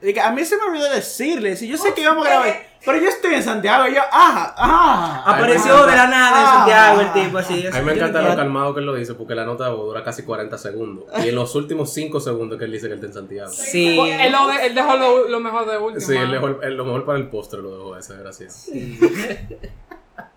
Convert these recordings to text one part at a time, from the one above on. De que A mí se me olvidó decirle, si yo Oh, sé que íbamos a eh. grabar, pero yo estoy en Santiago, y yo, ajá, ajá. Apareció de la nada en Ah. Santiago el tipo así. A mí me yo- encanta yo- lo calmado que él lo dice, porque la nota dura casi 40 segundos. Y en los últimos 5 segundos que él dice que él está en Santiago. Sí. Pues, Él, lo de- él dejó lo, lo mejor de último. Sí, él ¿no? dejó el- el- lo mejor para el postre lo dejó ese, gracias.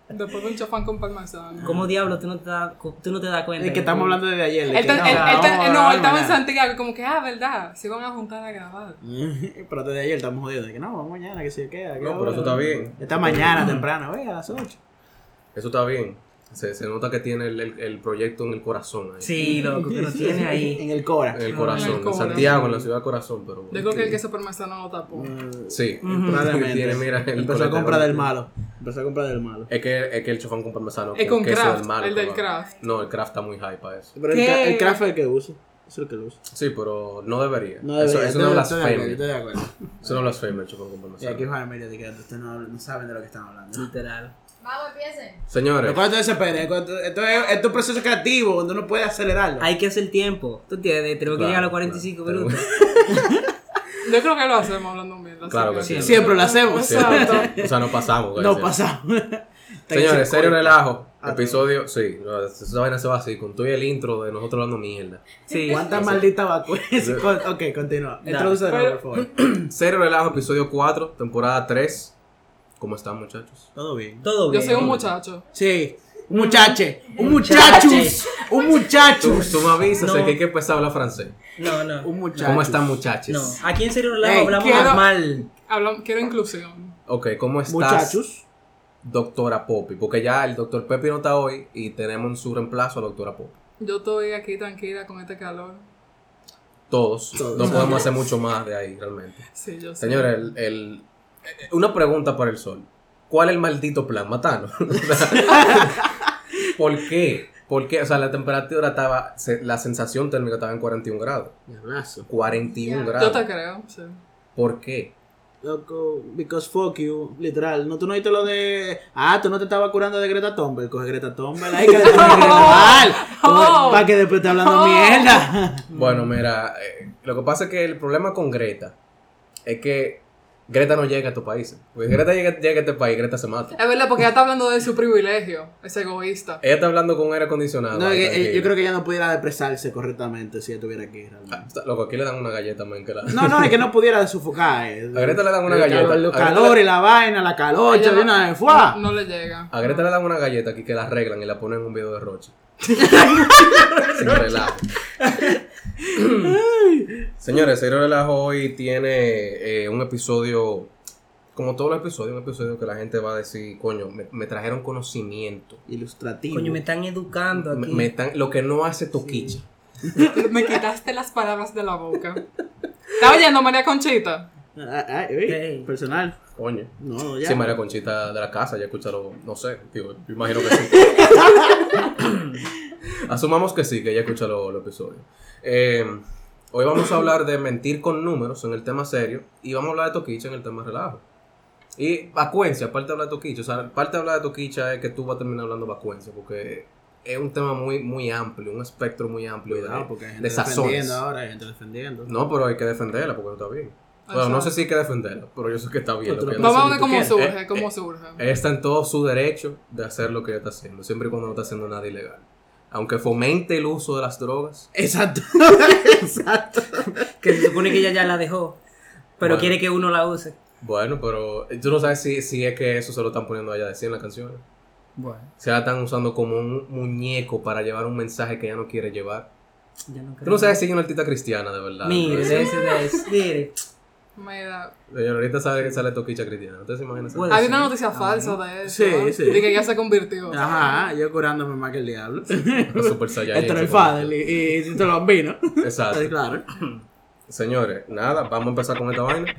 Después de un chofán con parmesano. ¿Cómo diablo tú no te, da- tú no te das cuenta? De que estamos hablando de ayer. de Él, que ta- no, él- él vamos ta- a no, grabar él estaba en mañana. Santiago, como que, ah, verdad, se van a juntar a grabar. Pero desde ayer estamos jodidos, de que no, vamos mañana, que se queda. No, pero eso está bien. Esta mañana temprano, ve, a las 8. Eso está bien. Se, se nota que tiene el, el- el proyecto en el corazón. ahí. Sí, loco, que lo tiene ahí. En el Cora. En el En corazón. Ah, el En corazón. Santiago, en la ciudad corazón, pero. Yo creo que el queso parmesano lo tapó. Mm, Sí, Ujú. Probablemente. tiene, mira, el Empezó a colesterol. comprar del malo. Empezó a comprar del malo. Es que, es que el chofán con parmesano. Es con queso Kraft, del malo, el del pero- Kraft. No, el craft está muy high para eso. Pero el, ¿Qué? ca- el craft es el que uso. Es el que lo uso. Sí, pero no debería. No debería. Eso, eso no es estoy- estoy una de acuerdo, blasfemia. estoy de acuerdo. Eso no es blasfemia, el chofán con Y aquí parmesano. Juan Emilio de que ustedes no, hablan- no saben de lo que están hablando. Literal. Vamos, empiecen. Señores, Cuando se espera, cuando- esto es, esto es un proceso creativo donde uno puede acelerarlo. Hay que hacer tiempo. Tú tienes, tenemos que Claro, llegar a los 45 claro. minutos. Yo creo que lo hacemos hablando mierda. así Claro que sí. Siempre lo hacemos. sí, Exacto. o sea, no pasamos. no guys. pasamos. Hasta que Señores, se serio corta. relajo. Ah, Episodio, sí, no, esa vaina se va así, con todo y el intro de nosotros hablando mierda. Sí. ¿Cuántas malditas vacunas? Con- ok, continúa. Dale. Introduce de nuevo, Pero- por favor. Serio relajo, episodio 4, temporada 3. ¿Cómo están, muchachos? Todo bien. Todo Yo bien. soy un muchacho. Sí. Un muchache. Un muchachus. Un Tú, muchachus. tú me avisas No. que hay que empezar a hablar francés. No, no. Un muchacho. ¿Cómo están, No. muchachos? Aquí en serio Ey, relajo hablamos quiero- normal. Habla- quiero inclusión. Ok, ¿cómo estás, Muchachos. doctora Poppy? Porque ya el doctor Pepe no está hoy y tenemos en su reemplazo a la doctora Poppy. Yo estoy aquí tranquila con este calor. Todos. Todos. No podemos hacer mucho más de ahí, realmente. Sí, yo sé. Señores, el, el- eh, una pregunta para el sol. ¿Cuál es el maldito plan? Matarnos. ¿Por qué? ¿Por qué? O sea, la temperatura estaba, se- la sensación térmica estaba en 41 grados. Diablazo. 41 Yo te grados. creo, sí. ¿Por qué? Loco, because fuck you, literal. No, tú no viste lo de. Ah, tú no te estabas curando de Greta Thunberg. Coge Greta Thunberg ahí que le pones Greta mal. Oh. Para que después esté hablando Oh. mierda. Bueno, mira, eh, lo que pasa es que el problema con Greta es que Greta no llega a estos países. Porque Greta llega, llega a este país, Greta se mata. Es verdad, porque ella está hablando de su privilegio. Es egoísta. Ella está hablando con aire acondicionado. No, que- eh, yo creo que ella no pudiera depresarse correctamente si ella estuviera aquí realmente. Loco, aquí le dan una galleta, man, que la- No, no, es que no pudiera sofocar. eh. A Greta le dan una El galleta. calor, A Los Greta le- calores, la vaina, la calocha, Ella de no- una vez. ¡Fua! No, no le llega. A Greta le dan una galleta aquí que la arreglan y la ponen en un video de Roche. Sin relajo. Señores, Serio Relajo hoy tiene eh, un episodio, como todos los episodios, un episodio que la gente va a decir, coño, me, me trajeron conocimiento. Ilustrativo. Coño, me están educando Me- aquí. me están- lo que no hace toquicha. Me quitaste las palabras de la boca. ¿Estás oyendo, María Conchita? Ah, ah, uy, Ey. Personal. Coño. No, ya. Sí, María Conchita de la casa, ya escucharon, no sé, digo, yo imagino que sí. Asumamos que sí, que ella escucha los los episodios. Eh, hoy vamos a hablar de mentir con números en el tema serio y vamos a hablar de Toquicha en el tema relajo. Y vacuencia, aparte de hablar de Toquicha, o sea, parte de hablar de Toquicha es que tú vas a terminar hablando de vacuencia porque es un tema muy, muy amplio, un espectro muy amplio de, Cuidado, porque hay gente eh. de sazones. defendiendo ahora, hay gente defendiendo. No, pero hay que defenderla porque no está bien. Bueno, no sé si hay que defenderla, pero yo sé que está bien. Pero tú lo que no ella Vamos hace. a ver cómo Eh, surge, eh, cómo eh. surge. Ella está en todo su derecho de hacer lo que ella está haciendo, siempre y cuando no está haciendo nada ilegal. Aunque fomente el uso de las drogas. Exacto. Exacto. Que se supone que ella ya la dejó. Pero Bueno. quiere que uno la use. Bueno, pero tú no sabes si, si es que eso se lo están poniendo a ella a decir en las canciones. Bueno, Se la están usando como un muñeco para llevar un mensaje que ella no quiere llevar. ya no creo. Tú no sabes si ella es una artista cristiana, de verdad. Mire, de Entonces, ese, de ese. Mire. Mira, señor, ahorita sabe que sale toquicha cristiana. ¿Ustedes se imaginan? eso? Bueno. hay sí. una noticia Ah, falsa de eso. Sí, ¿eh? sí. Ah. De que ya se convirtió. Ajá, yo curándome más que el diablo. Una Super Saiyajin, Esto era el supongo. Fadel y, y, y te lo vino. Exacto. Sí, claro. Señores, nada, vamos a empezar con esta vaina.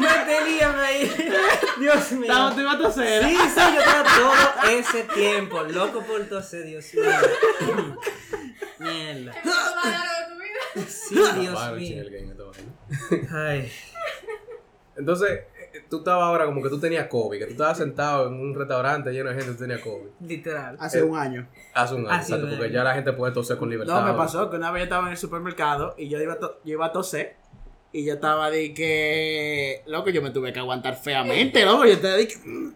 Me tenían ahí. Dios mío. Estamos tú ibas a toser. Sí, sí, yo tengo todo ese tiempo, loco por 12, Dios mío. Sí, Para, Dios ching, el mío. game, esta vaina. Ay. Entonces, eh, tú estabas ahora como que tú tenías COVID, que tú estabas sentado en un restaurante lleno de gente que tenía COVID. Literal. Hace un año. Hace un año, Ah, Hace exacto, un porque año. ya la gente puede toser con libertad. No, me ¿no? pasó que una vez yo estaba en el supermercado y yo iba a, to- yo iba a toser. Y yo estaba de que. Loco, yo me tuve que aguantar feamente, loco. Yo estaba de que.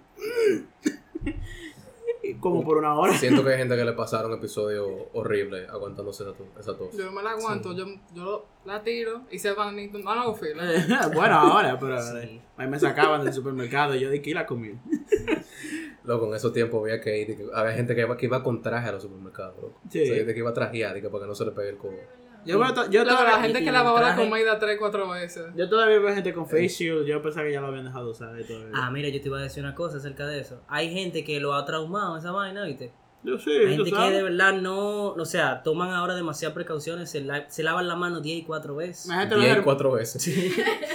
Y Como por una hora. Siento que hay gente que le pasaron episodios horribles aguantándose esa, to- esa tos. Yo me la aguanto, yo, yo la tiro y se van y no hago fila. Eh, bueno, ahora, pero. Sí. Ahí me sacaban del supermercado y yo de que ir a comer. Loco, en esos tiempos había que ir, y que- había gente que iba, que iba con traje a los supermercados, loco. Sí. Ah, O sea, gente que iba a trajear y que para que no se le pegue el codo. Yo, veo to- yo, La, todavía, la gente y que el lavaba la traje. comida tres, cuatro veces. yo todavía veo gente con face shield. Yo pensaba que ya lo habían dejado de usar. y todavía. Ah, mira, yo te iba a decir una cosa acerca de eso. Hay gente que lo ha traumado esa vaina, ¿viste? yo sí, Hay tú gente que sabes. de verdad no, o sea, toman ahora demasiadas precauciones, se, la- se lavan la mano 10 y 4 veces. Imagínate los Diez, hermanos. cuatro veces.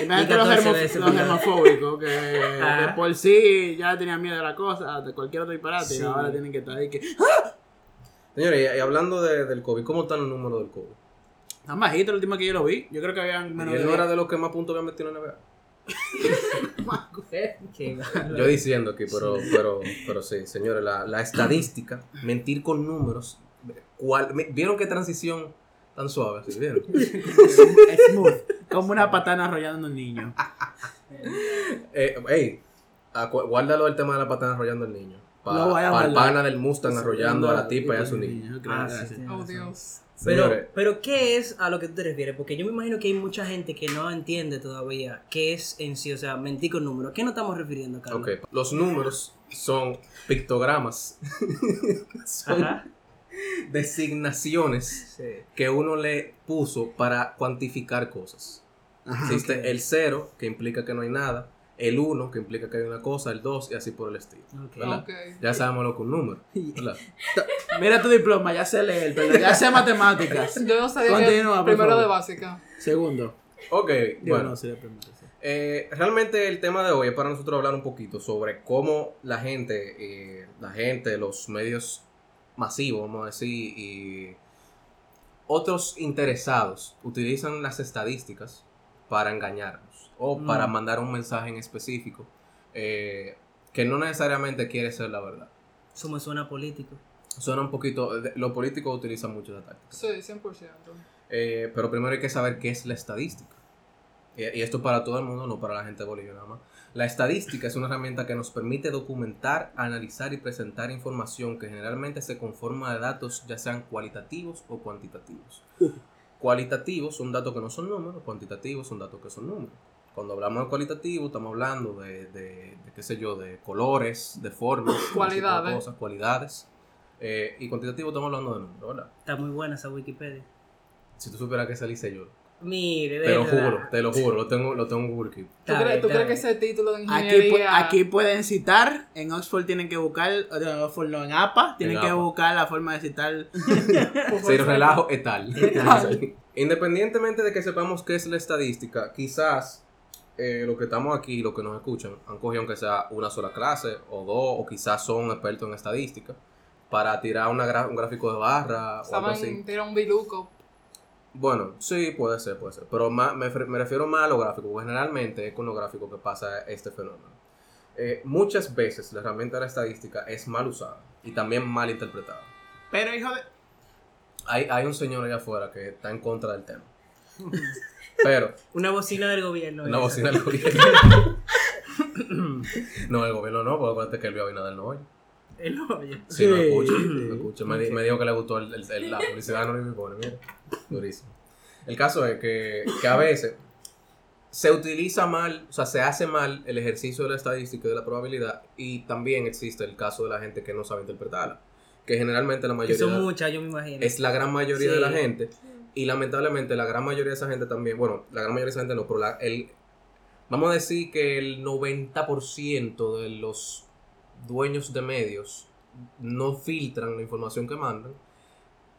Imagínate Y los, 14 germo- veces, los cuidado. germofóbicos que de Ajá. por sí ya tenían miedo de la cosa, de cualquier otro disparate, y Sí. ahora tienen que estar ahí que Señores, y, y hablando de- del COVID, ¿cómo están los números del COVID? están bajitos el último que yo lo vi. Yo creo que habían menos y de él no diez. era de los que más puntos había metido en la NBA. Qué bárbaro. Yo diciendo aquí, pero, pero, pero sí, señores, la, la estadística, mentir con números, cuál- me- ¿vieron qué transición tan suave? ¿Sí vieron? smooth, como una patana arrollando a un niño. Eh, ey, acu- guárdalo el tema de la patada arrollando al niño. Para Lo voy a el guardar. pana del Mustang arrollando a la tipa y a su niño. Ok, Ah, sí, gracias. tienes Oh, razón. Dios. Pero, Señores. pero, ¿qué es a lo que tú te refieres? Porque yo me imagino que hay mucha gente que no entiende todavía qué es en sí, o sea, mentir con números. ¿A qué nos estamos refiriendo, Carlos? Ok, los números son pictogramas, son Ajá. designaciones Sí. que uno le puso para cuantificar cosas. Ajá. Existe ok. el 0, que implica que no hay nada, el 1, que implica que hay una cosa, el 2 y así por el estilo. Ok. ¿Verdad? Ok. Ya sabemos lo que un número. ¿verdad? Mira tu diploma, ya sé leer, pero ya sé matemáticas. Yo no sabía Continúa, que por primero favor. de básica. Segundo. Ok, Digo, bueno. no, sería primero. sí. Eh, realmente el tema de hoy es para nosotros hablar un poquito sobre cómo la gente, eh, la gente, los medios masivos, vamos a decir, y otros interesados utilizan las estadísticas para engañarnos o Mm. para mandar un mensaje en específico eh, que no necesariamente quiere ser la verdad. Eso me suena político. Suena un poquito, de- los políticos utilizan mucho esa táctica. Sí, 100%. Eh, pero primero hay que saber qué es la estadística. Y, y esto para todo el mundo, no para la gente boliviana nada más. La estadística es una herramienta que nos permite documentar, analizar y presentar información que generalmente se conforma de datos ya sean cualitativos o cuantitativos. Cualitativos son datos que no son números, cuantitativos son datos que son números. Cuando hablamos de cualitativo estamos hablando de, de- de, qué sé yo, de colores, de formas, ese tipo de Cualidades. cosas, cualidades. Eh, y cuantitativo estamos hablando de números, ¿verdad? Está muy buena esa Wikipedia. Si tú supieras que esa hice yo. Mire, de Te lo verdad. juro, te lo juro, lo tengo, lo tengo en Google Keep. ¿Tú, Está crees, bien, tú está crees que bien. ese título de Aquí, pu- ingeniería... aquí pueden citar, en Oxford tienen que buscar, o en Oxford no, en APA, tienen En que APA. buscar la forma de citar Si el relajo es tal. Independientemente de que sepamos qué es la estadística, quizás eh, los que estamos aquí, los que nos escuchan, han cogido aunque sea una sola clase o dos, o quizás son expertos en estadística, para tirar una gra- un gráfico de barra o algo así. Saben, tira un biluco. Bueno, sí, puede ser, puede ser. Pero ma- me, fre- me refiero más a lo gráfico, porque generalmente es con lo gráfico que pasa este fenómeno. Eh, muchas veces la herramienta de la estadística es mal usada y también mal interpretada. Pero hijo de. Hay, hay un señor allá afuera que está en contra del tema. Pero, Una bocina del gobierno. una esa. bocina del gobierno. no, el gobierno no, porque acuérdate que el Abinader no oye. El hoyo. Sí, no Sí. escucha, no escucha. Me, di- me dijo que le gustó el, el- el- la publicidad no me pone, mira. Durísimo. El caso es que, que a veces se utiliza mal, o sea, se hace mal el ejercicio de la estadística y de la probabilidad y también existe el caso de la gente que no sabe interpretarla, que generalmente la Que mayoría son muchas, yo me imagino. Eh, es la gran mayoría Sí. de la gente. Y lamentablemente la gran mayoría de esa gente también, bueno, la gran mayoría de esa gente no, pero la- el, vamos a decir que el 90% de los dueños de medios no filtran la información que mandan.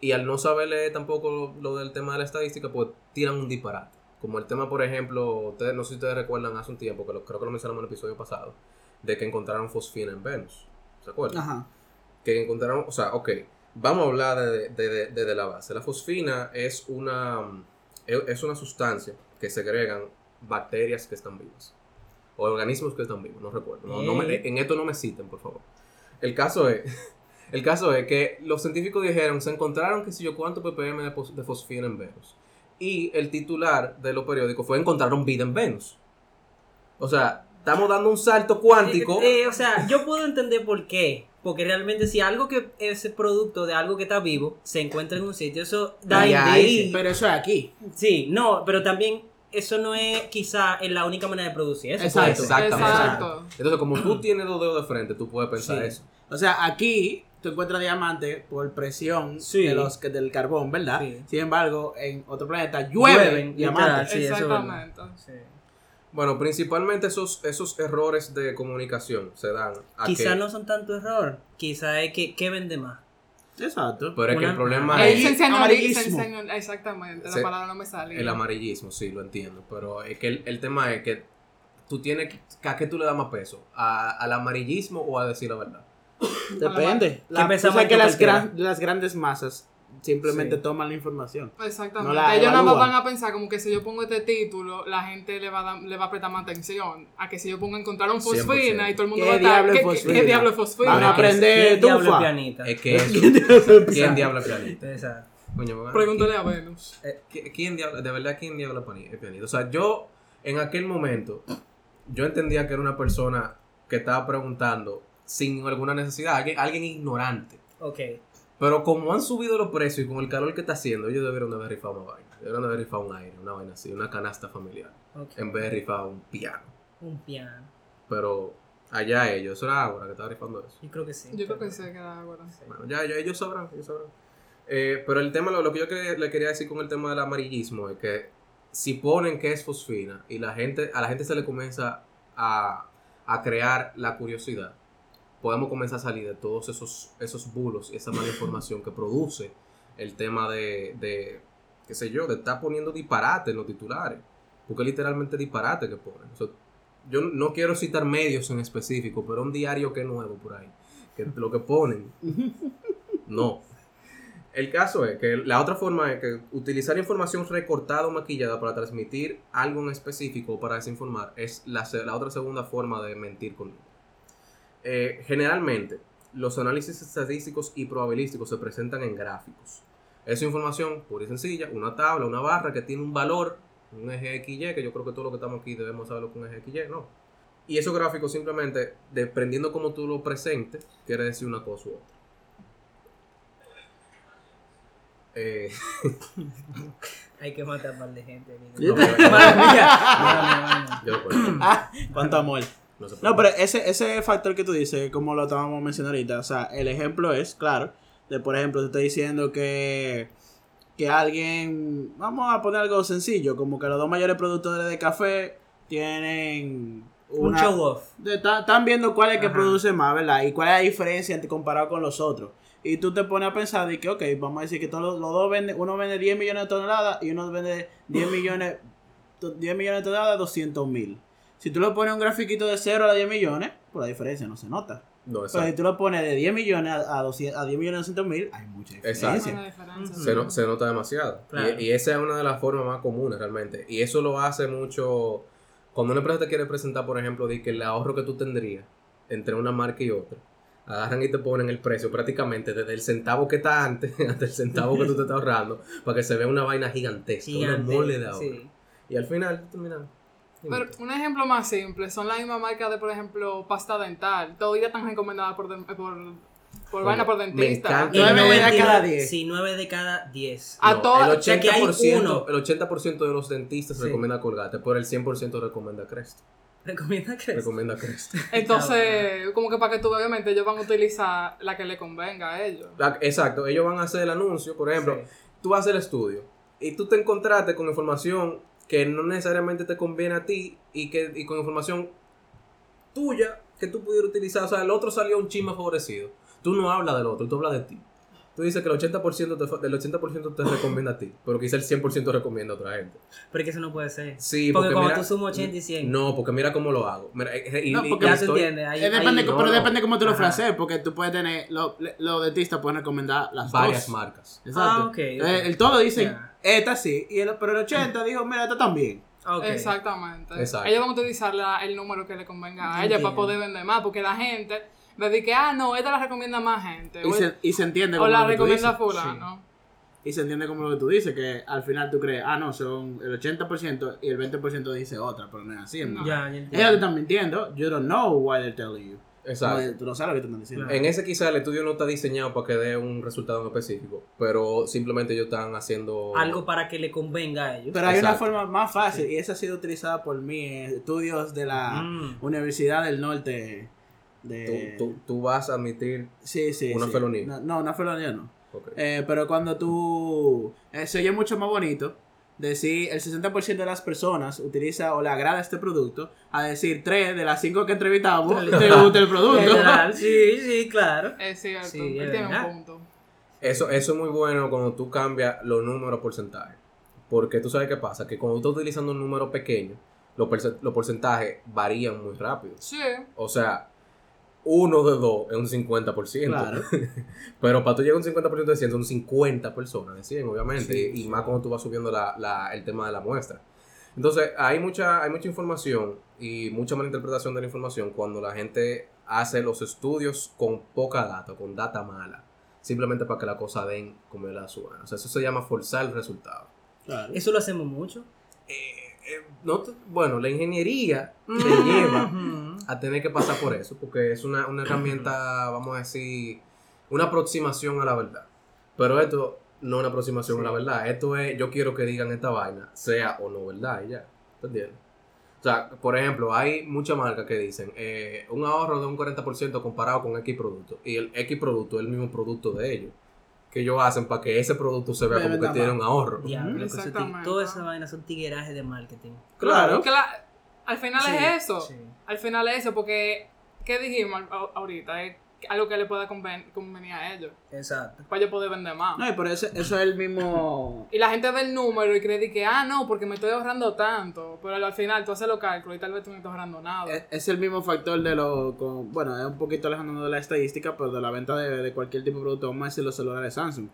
Y al no saber leer tampoco lo, lo del tema de la estadística, pues tiran un disparate. Como el tema, por ejemplo, ustedes, no sé si ustedes recuerdan hace un tiempo, que lo- creo que lo mencionamos en el episodio pasado, de que encontraron fosfina en Venus. ¿Se acuerdan? Ajá. que encontraron, o sea, ok, vamos a hablar de, de- de- de- de la base. La fosfina es una, e- es una sustancia que segregan bacterias que están vivas. O organismos que están vivos, no recuerdo. No- no me- Ey. en esto no me citen, por favor. El caso es... El caso es que los científicos dijeron, se encontraron que si yo cuánto ppm de, pos- de fosfina en Venus. Y el titular de los periódicos fue encontraron vida en Venus. O sea, estamos dando un salto cuántico. Eh, eh, o sea, yo puedo entender por qué. Porque realmente si algo que es producto de algo que está vivo se encuentra en un sitio, eso da Y ahí- indicios. Pero eso es aquí. Sí, no, pero también eso no es quizá es la única manera de producir eso. Exacto. Exactamente. Exacto. Entonces, como tú tienes dos dedos de frente, tú puedes pensar Sí. eso. O sea, aquí tú encuentras diamantes por presión Sí. de los que, del carbón, ¿verdad? Sí. Sin embargo, en otro planeta llueven, Llueven, literal, diamantes. sí, eso es verdad. Exactamente. Bueno, principalmente esos, esos errores de comunicación se dan. a Quizá que- no son tanto error, quizá es que ¿qué vende más. Exacto. Pero es que el Una- problema Ahí- Ahí es se enseñó- amarillismo. se enseñó- Exactamente, Se- la palabra no me sale. el amarillismo, sí, lo entiendo. Pero es que el, el tema es que tú tienes. que- ¿A qué tú le das más peso? ¿A- ¿Al amarillismo o a decir la verdad? Depende. La, ¿Qué tú sabes pensamiento que las, cualquiera? gran- las grandes masas simplemente Sí. toman la información. Exactamente. No la Ellos nada más evalúan. van a pensar como que si yo pongo este título, la gente le va a, dar- le va a prestar más atención. A que si yo pongo encontraron 100%. fosfina y todo el mundo ¿Qué va a estar. diablo es ¿qué- ¿Qué, fosfina? qué diablo es Van a fosfina? Eh, aprender- Prende ¿Quién diablo tufa. es pianita? Es que eso. ¿Quién diabla pianista? Exacto. Coño, ¿verdad? Pregúntale a Venus. ¿Qui- ¿Quién diabla? De verdad, ¿quién diabla pani- el pianista? O sea, yo en aquel momento, yo entendía que era una persona que estaba preguntando sin alguna necesidad, alguien, alguien ignorante. Ok. Pero como han subido los precios y con el calor que está haciendo, ellos debieron de haber rifado una vaina. Debieron de haber rifado un aire, una vaina así, una canasta familiar. ok. En vez de rifar un piano. Un piano. Pero Pero allá ellos, eso era Ágora que estaba rifando eso. yo creo que sí. Yo creo que se queda ahora. Bueno, ya, ya ellos sabrán, ellos sabrán. Eh, pero el tema, lo, lo que yo que- le quería decir con el tema del amarillismo es que si ponen que es fosfina y la gente, a la gente se le comienza a, a crear la curiosidad, podemos comenzar a salir de todos esos, esos bulos y esa mala información que produce el tema de, de, qué sé yo, de estar poniendo disparate en los titulares. Porque literalmente disparate que ponen. O sea, yo no quiero citar medios en específico, pero un diario que es nuevo por ahí. Que lo que ponen. No. El caso es que la otra forma es que utilizar información recortada o maquillada para transmitir algo en específico o para desinformar es la, se- la otra segunda forma de mentir con números. Eh, generalmente, los análisis estadísticos y probabilísticos se presentan en gráficos. Es información pura y sencilla, una tabla, una barra que tiene un valor, un eje XY, que yo creo que todos los que estamos aquí debemos saberlo con un eje XY, no. Y esos gráficos simplemente, dependiendo cómo tú lo presentes, quiere decir una cosa u otra. Eh, Hay que matar a par de gente. amigo. no, Madre mía. yo- Madre mía. yo recuerdo. Ah, cuánto amor. No, se puede. No, pero ese, ese factor que tú dices, como lo estábamos mencionando ahorita, o sea, el ejemplo es, claro, de por ejemplo, te estoy diciendo que, que alguien, vamos a poner algo sencillo, como que los dos mayores productores de café tienen Un una, show off. de- ta- Están viendo cuál es el que Ajá. produce más, ¿verdad? Y cuál es la diferencia entre- comparado con los otros. Y tú te pones a pensar de que, ok, vamos a decir que todos los, los dos venden, uno vende 10 millones de toneladas y uno vende 10 millones, to- 10 millones de toneladas, 200 mil. Si tú le pones un grafiquito de 0 a 10 millones, pues la diferencia no se nota. No, pues, Pero si exacto. tú lo pones de 10 millones a, a 200 a 10 millones 200 mil, hay mucha diferencia. Exacto. Buena diferencia. Se, no- se nota demasiado. mm. Claro. Y, y esa es una de las formas más comunes realmente. Y eso lo hace mucho. Cuando una empresa te quiere presentar, por ejemplo, de que el ahorro que tú tendrías entre una marca y otra, agarran y te ponen el precio prácticamente desde el centavo que está antes hasta el centavo que tú te estás ahorrando para que se vea una vaina gigantesca, Gigante. una mole de ahorro. Sí. Y al final, tú terminas. Pero un ejemplo más simple, son las mismas marcas de, por ejemplo, pasta dental. Todavía están recomendadas por, den- eh, por, por Bueno, vaina por me dentista. encanta. Y Nueve de nueve- cada diez. Sí, 9 de cada 10. A No, todas- el o sea, que hay 80%, uno. el 80 de los dentistas Sí. recomienda Colgate, pero el 100% recomienda Crest. ¿Recomienda que Recomienda Crest. Entonces, como que para que tú, obviamente, ellos van a utilizar la que le convenga a ellos. La- exacto, ellos van a hacer el anuncio, por ejemplo, Sí. tú vas al estudio y tú te encontraste con información que no necesariamente te conviene a ti y que y con información tuya que tú pudieras utilizar. O sea, el otro salió un chisme favorecido. Tú no hablas del otro, tú hablas de ti. Tú dices que el 80%, te, fa- del 80 te recomienda a ti, pero quizá el 100% recomienda a otra gente. Pero es que eso no puede ser. Sí, porque porque cuando mira- tú sumas 80 y 100. No, porque mira cómo lo hago. Mira, eh, y- No, y- porque y ya se estoy- entiende. Ahí, Eh, depende, ahí- no, pero no. depende cómo tú lo Ajá. frases, porque tú puedes tener, lo- los dentistas pueden recomendar las varias dos. marcas. Exacto. Ah, ok, ok. Eh, el todo dicen Ya. esta sí. Y el, pero el 80 dijo, mira, esta también. Ah, ok. Exactamente. Exacto. Ellos van a utilizar la- el número que le convenga a ella Entiendo. para poder vender más, porque la gente le dice, ah, no, esta la recomienda más gente. Y O, se, y se entiende o como la lo que tú dices. recomienda fulano. Y se entiende como lo que tú dices, que al final tú crees, ah, no, son el 80% y el 20% dice otra, pero no es así. hermano. No. Ya, ya Eh, Ellos te entiendo. están mintiendo. You don't know why they're telling you. Exacto. No, tú no sabes lo que te están diciendo. Claro. En ese quizá el estudio no está diseñado para que dé un resultado en específico, pero simplemente ellos están haciendo Algo para que le convenga a ellos. Pero hay una Exacto. forma más fácil y esa ha sido utilizada por mí en estudios de la Mm. Universidad del Norte. Tú, De... tú- tú vas a admitir. Sí, sí. una sí. felonía. No, no, una felonía no. ok. Eh, pero cuando tú... eh, se oye mucho más bonito decir el 60% de las personas utiliza o le agrada este producto a decir tres de las cinco que entrevistamos te gusta el producto. Literal, sí, sí, claro. Es cierto, Sí, es él tiene verdad. un punto. Eso, eso es muy bueno cuando tú cambias los números a porcentaje. Porque tú sabes qué pasa, que cuando tú estás utilizando un número pequeño, los, perce- los porcentajes varían muy rápido. Sí, O sea, uno de dos es un 50%. Claro. Pero para tú llegar a un 50% de 100 son 50 personas de 100, obviamente. Sí, y sí. más cuando tú vas subiendo la- la- el tema de la muestra. Entonces, hay mucha, hay mucha información y mucha mala interpretación de la información cuando la gente hace los estudios con poca data, con data mala. Simplemente para que la cosa den como es la suena. O sea, eso se llama forzar el resultado. Claro. Eso lo hacemos mucho. Eh, eh, no te- bueno, la ingeniería te lleva Ujú. a tener que pasar por eso, porque es una, una herramienta, vamos a decir, una aproximación a la verdad. Pero esto no es una aproximación a la verdad, esto es, yo quiero que digan esta vaina, sea o no verdad, y ya, ¿te entiendes? O sea, por ejemplo, hay muchas marcas que dicen eh, un ahorro de un 40% comparado con X producto, y el X producto es el mismo producto de ellos, que ellos hacen para que ese producto se vea Deben como que dar tiene más. un ahorro. Diablo, que eso Exactamente. ti- toda esa vaina son tiguerajes de marketing. Claro. que la- al final Sí, es eso. sí. Al final es eso, porque, ¿qué dijimos a- ahorita? Es algo que le pueda conven- convenir a ellos, Exacto. para yo poder vender más. No, y por eso, eso es el mismo... Y la gente ve el número y cree de que, ah, no, porque me estoy ahorrando tanto. Pero al final tú haces los cálculos y tal vez tú no estás ahorrando nada. Es, es el mismo factor de lo. con- bueno, es un poquito alejándonos de la estadística, pero de la venta de, de cualquier tipo de producto, más si los celulares Samsung.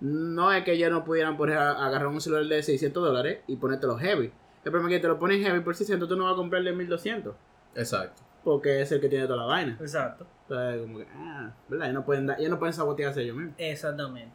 No es que ellos no pudieran, por ejemplo, agarrar un celular de 600 dólares y ponértelo heavy. El problema es que te lo pones heavy por 600, tú no vas a comprarle 1200, Exacto. porque es el que tiene toda la vaina. Exacto. Entonces, como que, ah, ¿verdad? Ellos no pueden, dar- ellos no pueden sabotearse ellos mismos. Exactamente.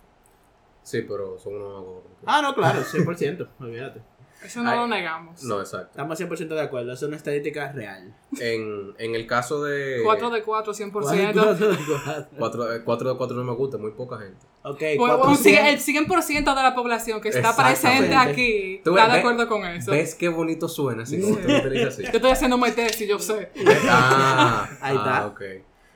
Sí, pero son unos ahorros. Ah, no, claro, 100%, olvídate. Eso no Ay. lo negamos. No, exacto. Estamos 100% de acuerdo, eso es una estadística real. En, en el caso de... 4 de 4, 100%. Cuatro, eh, cuatro de cuatro no me gusta, muy poca gente. Ok, Bueno, Pues, un 400. cien- el 100% de la población que está Exactamente. presente aquí Tú está ves- de acuerdo con eso. ¿Ves qué bonito suena así como tú lo utilizas así? Yo estoy haciendo mi tesis, yo sé. Ah, Ahí está. ah, ok.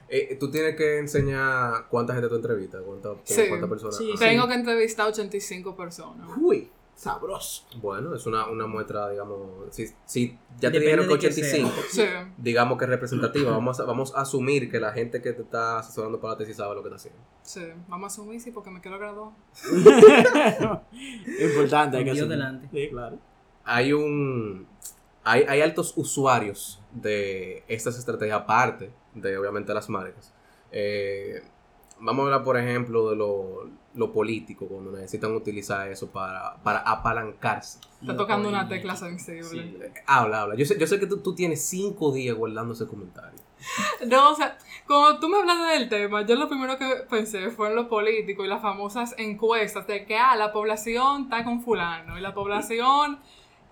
Eh, tú tienes que enseñar cuánta gente tú entrevistas, cuánta, Sí. cuántas personas. Sí, Ah, Tengo que entrevistar 85 personas. Uy, sabroso. Ah, Bueno, es una, una muestra, digamos, si, si ya Depende te dijeron que de que sea. 85, Sí. digamos que es representativa, vamos a, vamos a asumir que la gente que te está asesorando para la tesis sabe lo que está haciendo. Sí, vamos a asumir, sí, porque me quiero graduar. Importante, hay que Dios hacerlo. delante. Sí, claro. hay un hay, hay altos usuarios de estas estrategias aparte de obviamente las marcas Eh, vamos a hablar por ejemplo de lo, lo político cuando necesitan utilizar eso para, para apalancarse Está tocando una Oye. tecla sensible. Eh, habla habla yo sé, yo sé que tú, tú tienes cinco días guardando ese comentario No, o sea, cuando tú me hablaste del tema, yo lo primero que pensé fue en lo político y las famosas encuestas de que, ah, la población está con fulano y la población...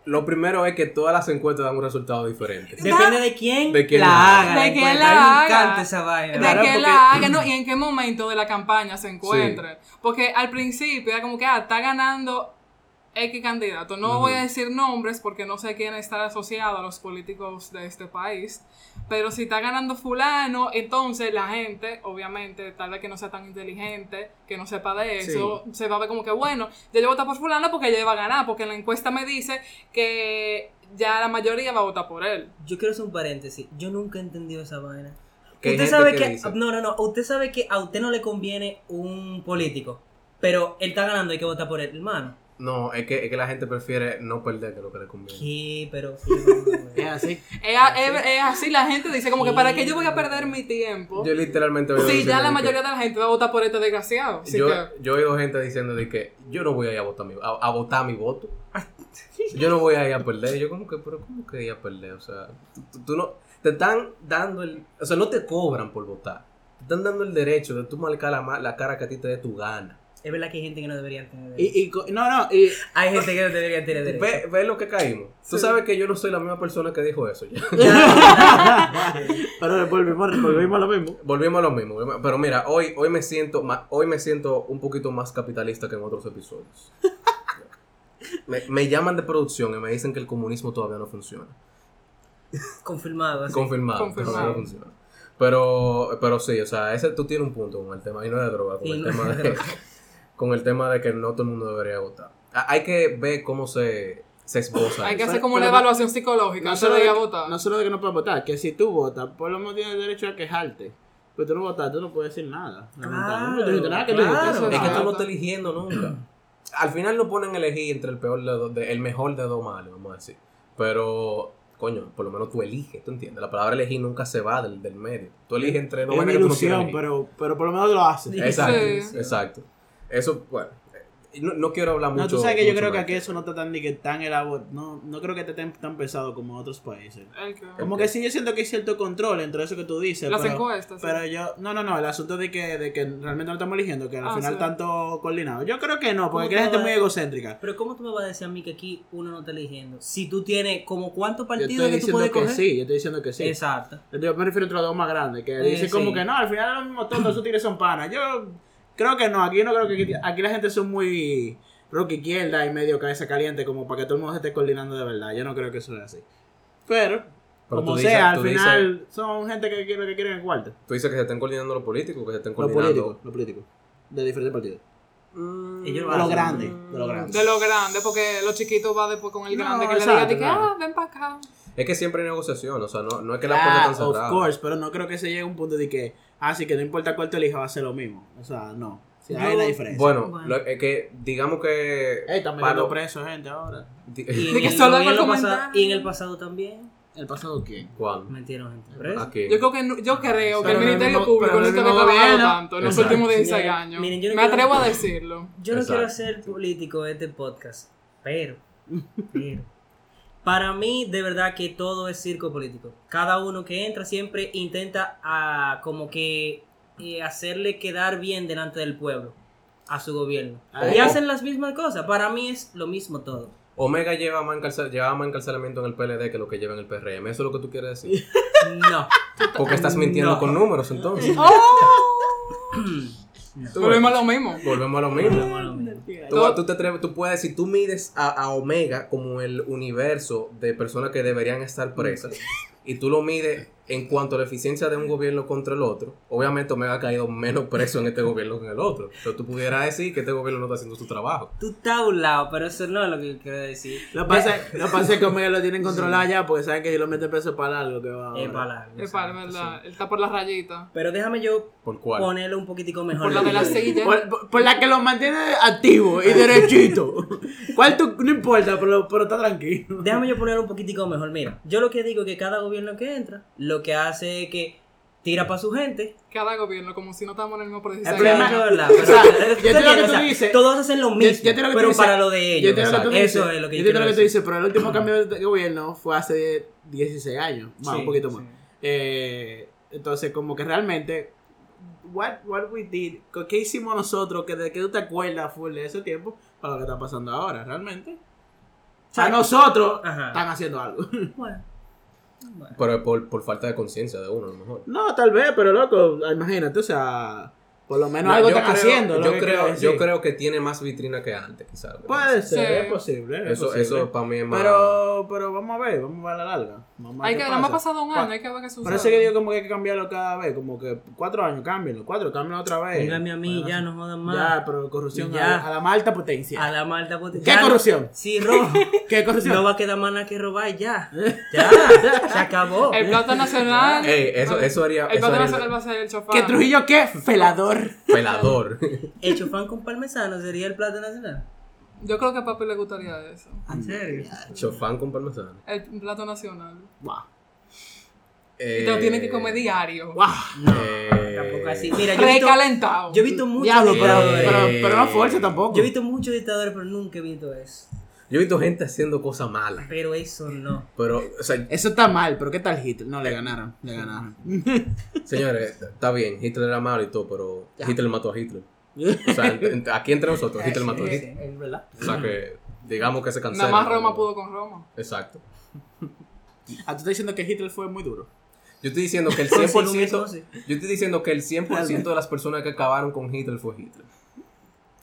lo primero es que todas las encuestas dan un resultado diferente Depende de quién, De quién la la haga. De quién encuesta. la A mí me haga. encanta esa De vaina. Claro, que porque- la haga, ¿no? Y en qué momento de la campaña se encuentre. Porque al principio era como que, ah, está ganando X candidato. No Ujú. voy a decir nombres porque no sé quién está asociado a los políticos de este país. Pero si está ganando fulano, entonces la gente, obviamente, tal vez que no sea tan inteligente, que no sepa de eso, se va a ver como que, bueno, yo voy a votar por fulano porque ella va a ganar, porque en la encuesta me dice que ya la mayoría va a votar por él. Yo quiero hacer un paréntesis. Yo nunca he entendido esa vaina. Que hay Usted gente sabe que que, dice- no, no, no, usted sabe que a usted no le conviene un político, pero él está ganando, hay que votar por él, hermano. No, es que, es que la gente prefiere no perder que lo que le conviene. ¿Qué? Pero. Es así. Es, a- es- es así, la gente dice, como que para qué yo voy a perder mi tiempo. Yo literalmente veo Si ya diciendo la de mayoría que- de la gente va a votar por este desgraciado. Así yo, que, yo he oído gente diciendo de que yo no voy a ir a votar mi, a, a votar mi voto. Yo no voy a ir a perder. Yo como que, pero ¿cómo que ir a perder? O sea, tú, tú- tú no... Te están dando el... O sea, no te cobran por votar. Te están dando el derecho de tú marcar la, ma- la cara que a ti te dé tu gana. Es verdad que hay gente que no debería tener derecho. Y, y co- no, no, y Hay gente que no debería tener derecho. Ve, ve lo que caímos. Tú sabes que yo no soy la misma persona que dijo eso. ya. pero volvimos, volvimos a lo mismo. Volvimos a lo mismo. volvimos- Pero mira, hoy, hoy, me siento ma- hoy me siento un poquito más capitalista que en otros episodios. me, me llaman de producción y me dicen que el comunismo todavía no funciona. Confirmado. así. Confirmado. Confirmado. todavía no funciona. Pero, pero sí, o sea, ese, tú tienes un punto con el tema, y no es de droga, con, Sí, el no es tema de de, con el tema de que no todo el mundo debería votar. A- Hay que ver cómo se, se esboza. hay que eso. hacer Pero- como una pero- evaluación psicológica No antes solo, de de, ir a que- votar. no solo de que no puedes votar, que si tú votas, por lo menos tienes derecho a quejarte. Pero tú no votaste, tú no puedes decir nada. Lamentablemente, tú no dijiste nada que tú claro. dijiste, eso Es que nada. tú no estás eligiendo nunca. Al final no ponen a elegir entre el peor de dos- de- el mejor de dos males, vamos a decir. Pero, coño, por lo menos tú eliges, ¿tú entiendes? La palabra elegir nunca se va del, del medio. Tú eliges entre dos Es una vainas que tú no quieres ilusión, elegir. pero, pero por lo menos lo haces. Sí. Exacto, Sí. exacto. Eso, bueno, eh, no, no quiero hablar mucho. No, tú sabes que yo mucho creo que más. aquí eso no está tan, ni que tan elaborado. No, no creo que esté tan, tan pesado como en otros países. Ay, que- Como Ok. que sí, yo siento que hay cierto control entre eso que tú dices. Las pero, encuestas. sí. pero yo, no, no, no, el asunto de que, de que realmente no estamos eligiendo, que al Ah, final sí. tanto coordinado. Yo creo que no, porque ¿Cómo aquí hay gente estaba? muy egocéntrica. Pero ¿cómo tú me vas a decir a mí que aquí uno no está eligiendo? Si tú tienes como cuántos Yo partidos estoy que tú diciendo puedes que coger. sí, yo estoy diciendo que sí. Exacto. Yo te- yo me refiero a otros dos más grandes, que Eh, dicen como sí. que no, al final los mismos tontos, esos tigres son panas. Yo creo que no, aquí no creo que aquí, aquí la gente son muy rock izquierda y medio cabeza caliente, como para que todo el mundo se esté coordinando de verdad. Yo no creo que eso sea así. Pero, Pero como tú dices- sea, tú al dices- final son gente que quiere que quieren el cuarto. Tú dices que se están coordinando los políticos, que se están Los coordinando. políticos, los políticos. De diferentes partidos. Mm, Ellos lo De los hacen. grandes, de los grandes. De lo grande, porque los chiquitos va después con el No, grande que le exacto, diga, de que, claro. ah, ven para acá. Es que siempre hay negociación, o sea, no, no es que la puerta Ah, tan of cerrada. course, pero no creo que se llegue a un punto de que, ah, sí, que no importa cuál te elija, va a ser lo mismo. O sea, no. Sí, hay Yo- una diferencia. Bueno, Bueno. lo- es que digamos que. Ey, están para- metiendo preso gente ahora. di- Y De en, que el, solo y hago en lo comentarios. pasado, y en el pasado también ¿El pasado quién? ¿Cuándo? metieron gente Ah, presa. Aquí. Yo creo que, no- yo creo que Pero el no Ministerio mismo- Público pero no no se ha mismo trabajado gobierno. tanto en los Exacto. últimos 16 Miren, años. miren, yo no Me quiero- atrevo a decirlo. Yo no Exacto. quiero ser político de este podcast, pero, pero, para mí de verdad que todo es circo político. Cada uno que entra siempre intenta ah, como que eh, hacerle quedar bien delante del pueblo, a su gobierno. Ah, Y oh. hacen las mismas cosas. Para mí es lo mismo todo. Omega lleva más, encarcel- llevaba más encarcelamiento en el PLD que lo que lleva en el PRM. Eso es lo que tú quieres decir. No. Porque estás mintiendo No. con números entonces. ¡Oh! Tú ves. Volvemos a lo mismo. Volvemos a lo mismo. Tú, Todo- tú te atreves- tú puedes, si tú mides a, a Omega como el universo de personas que deberían estar presas y tú lo mides en cuanto a la eficiencia de un gobierno contra el otro, obviamente Omega ha caído menos preso en este gobierno que en el otro. Pero tú pudieras decir que este gobierno no está haciendo su trabajo. Tú estás a un lado, pero eso no es lo que yo quiero decir. Lo pasa, lo pasa es que Omega lo tienen controlado ya porque saben que si lo meten preso es para algo que va. Es ahora. para largo, Es para, exacto, verdad. sí. Él está por las rayitas. Pero déjame yo ¿Por cuál? ponerlo un poquitico mejor. Por la de la silla. Por, por- por la que lo mantiene activo y derechito. ¿Cuál tú- no importa, pero, pero está tranquilo. Déjame yo poner un poquitico mejor. Mira, yo lo que digo es que cada gobierno que entra, lo que hace es que tira para su gente. Cada gobierno, como si no estamos en el mismo por 16 El problema- años. Eso es verdad, o sea, yo pero- ¿tú entiendo lo que entiendes? tú O sea, dices. Todos hacen lo Yo- mismo, yo entiendo lo que tú pero dices. para lo de Yo ellos. entiendo lo que tú Eso dices. es lo que Yo yo entiendo quiero lo que tú decir. dices, pero el último cambio de gobierno fue hace 16 años, más, Sí, un poquito más. sí. Eh, entonces, como que realmente, what, what we did, co- ¿qué hicimos nosotros que de que tú te acuerdas full de ese tiempo para lo que está pasando ahora, realmente? O sea, nosotros Ajá. están haciendo algo. Bueno. Bueno. Pero es por, por falta de conciencia de uno, a lo mejor. No, tal vez, pero loco, imagínate, o sea, por lo menos No, algo yo están creo- haciendo. lo Yo, que quiero creo, decir. yo creo que tiene más vitrina que antes, quizás. Puede ser, Sí. es posible. es Eso, posible. eso para mí es más. Pero, pero vamos a ver, vamos a ver a la larga. Vamos a ver Hay qué que, no me ha pasa. pasado un año, hay que ver qué sucede. Por eso que digo como que hay que cambiarlo cada vez, como que cuatro años, cámbienlo, cuatro, cámbienlo otra vez. Dígame a mí, Bueno, ya no jodan más. Ah. Ya, Ah. pero corrupción Ya. A, la- a la más alta A potencia. la malta puta. ¿Qué ya no- corrupción? Sí, robo. ¿Qué corrupción? No va a quedar más nada que robar ya. Ya, se acabó. El plato nacional. Ey, eso, eso haría. el eso plato haría nacional va a ser el chofán. ¿Qué Trujillo qué? Felador. pelador. El chofán con parmesano sería el plato nacional. Yo creo que a papi le gustaría eso. ¿En serio? Chofán con parmesano. El plato nacional. Buah. Y te lo tienes que comer diario. Buah. No, Eh, tampoco así. Mira, yo he visto, Recalentado. yo he visto muchos Diablo, pero, dictadores. pero, pero no fuerza tampoco. Yo he visto muchos dictadores, pero nunca he visto eso. Yo he visto gente haciendo cosas malas. Pero eso no. Pero, o sea, Eso está mal, pero ¿qué tal Hitler? No, le ganaron. Le ganaron. señores, está bien, Hitler era malo y todo, pero Hitler mató a Hitler. O sea, ent- ent- aquí entre nosotros, Hitler mató a Sí, Eh, Hitler. es verdad. O sea que, digamos que se cancela. Nada más Roma pudo con Roma. Exacto. Ah, tú estás diciendo que Hitler fue muy duro. Yo estoy diciendo que el Pues sí, lo 100%, mismo, sí. yo estoy diciendo que el 100% de las personas que acabaron con Hitler fue Hitler.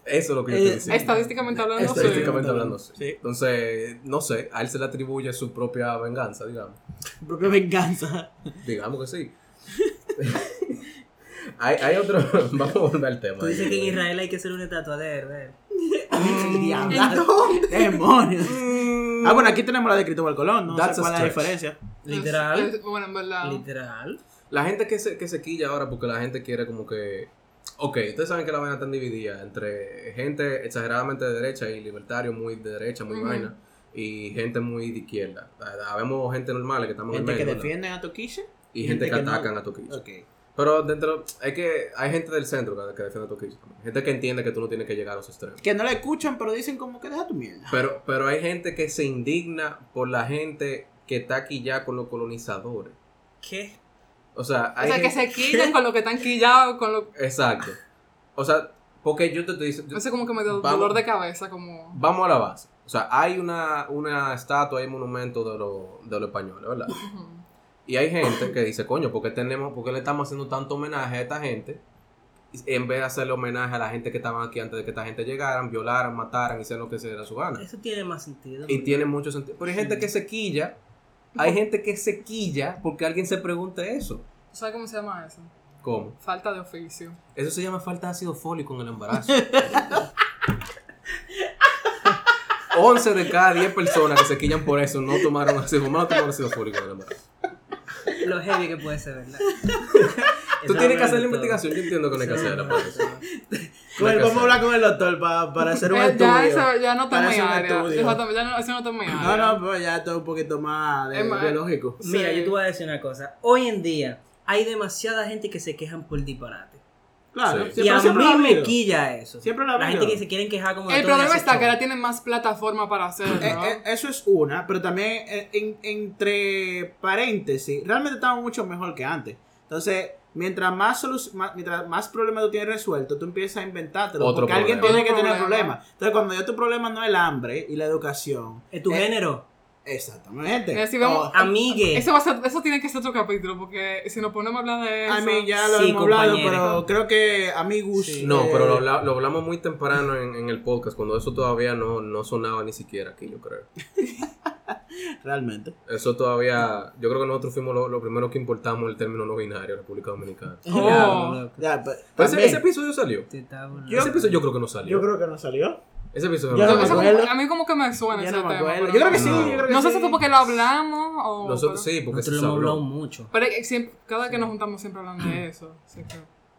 Eso es lo que yo Eh, estoy diciendo. Estadísticamente hablando, sí. Estadísticamente hablando, sí. Sí. Entonces, no sé, a él se le atribuye su propia venganza, digamos. Propia venganza. Digamos que sí. hay, hay otro. Vamos a volver al tema. Tú dices que en Israel hay que hacer eh. una estatua de Herbert. Diablo. Demonios. Ah, bueno, aquí tenemos la de Cristóbal Colón, no That's sé a cuál es la stretch. diferencia. Es- Literal. es- bueno, en verdad. Literal. La gente que se, que se quilla ahora porque la gente quiere como que... Ok, ustedes saben que la vaina está dividida entre gente exageradamente de derecha y libertario muy de derecha, muy Ujú. vaina, y gente muy de izquierda. Ah, Habemos gente normal que estamos en Gente que medio, ¿verdad? defienden a Toquilla. y gente, gente que, que no. atacan a Toquilla. Ok. Pero dentro, es que hay gente del centro que, que defiende a Toquilla. Gente que entiende que tú no tienes que llegar a los extremos. Que no la escuchan, pero dicen como que deja tu mierda. Pero, pero hay gente que se indigna por la gente que está aquí ya con los colonizadores. ¿Qué? O sea, O hay sea, que gente- se quillan con lo que están quillados, con lo Exacto. O sea, porque yo te estoy diciendo... No sé, como que me dio Vamos. dolor de cabeza, como... Vamos a la base. O sea, hay una, una estatua, hay un monumento de los de los españoles, ¿verdad? ujú. Y hay gente que dice, coño, ¿por qué, tenemos, ¿por qué le estamos haciendo tanto homenaje a esta gente? En vez de hacerle homenaje a la gente que estaban aquí antes de que esta gente llegaran, violaran, mataran, hicieran lo que se diera su gana. Eso tiene más sentido. Y tiene mucho sentido. Pero hay gente que se quilla. Hay gente que se quilla porque alguien se pregunte eso. ¿Tú ¿Sabes cómo se llama eso? ¿Cómo? Falta de oficio. Eso se llama falta de ácido fólico en el embarazo. 11 de cada 10 personas que se quillan por eso no tomaron ácido, no tomaron ácido fólico en el embarazo. Lo heavy que puede ser, ¿verdad? Tú tienes que hacer la investigación, yo entiendo que no hay que hacerla. pero eso. Con el- Hay que Pues vamos a hacer. hablar con el doctor pa- para hacer un Eh, estudio. ya, eso, ya no está en Para mi hacer un área. estudio. Exactamente, ya no, eso no está en mi No, área. no, pero ya todo un poquito más de, Ah, Es más- biológico. Mira, Sí. yo te voy a decir una cosa. Hoy en día hay demasiada gente que se quejan por disparate. Claro, Sí. siempre, y a siempre lo ha mí me habido. quilla eso. Siempre lo ha La habido. gente que se quieren quejar como de El todo y problema hacer está que show. ahora tienen más plataforma para hacerlo. Eh, ¿no? eh, eso es una, pero también eh, en- entre paréntesis, realmente estamos mucho mejor que antes. Entonces, mientras más, solu- más- mientras más problemas tú tienes resuelto, tú empiezas a inventártelo. Otro porque alguien problema. tiene que Otro tener problema. problemas. Entonces, cuando ya tu problema no es el hambre y la educación. Es tu eh, género. Exactamente. Mira, si vemos- Oh, Amigue. Eso, va a ser- eso tiene que ser otro capítulo, porque si nos ponemos a hablar de eso... a mí ya lo Sí, hemos hablado, compañero. pero creo que a mi gusto. No, eh, pero lo, habla- lo hablamos muy temprano en, en el podcast, cuando eso todavía no, no sonaba ni siquiera aquí, yo creo. Realmente. Eso todavía, yo creo que nosotros fuimos los lo primeros que importamos el término no binario a República Dominicana. Oh. Diablo, loco. Ya, pero Pero Pues ese, también, ese episodio salió. Te está volando. Yo- ese episodio yo creo que no salió. yo creo que no salió. Ese episodio Yo no no salió. Eso como- acuerdo. a mí como que me suena Ya ese no me tema. acuerdo. pero Yo creo que no. sí, No. yo creo que No sé si sí. fue porque lo hablamos o... Nosotros, sí, porque Nosotros se lo hemos hablado habló. mucho. Pero es que siempre- cada que nos juntamos siempre hablan de eso. así que-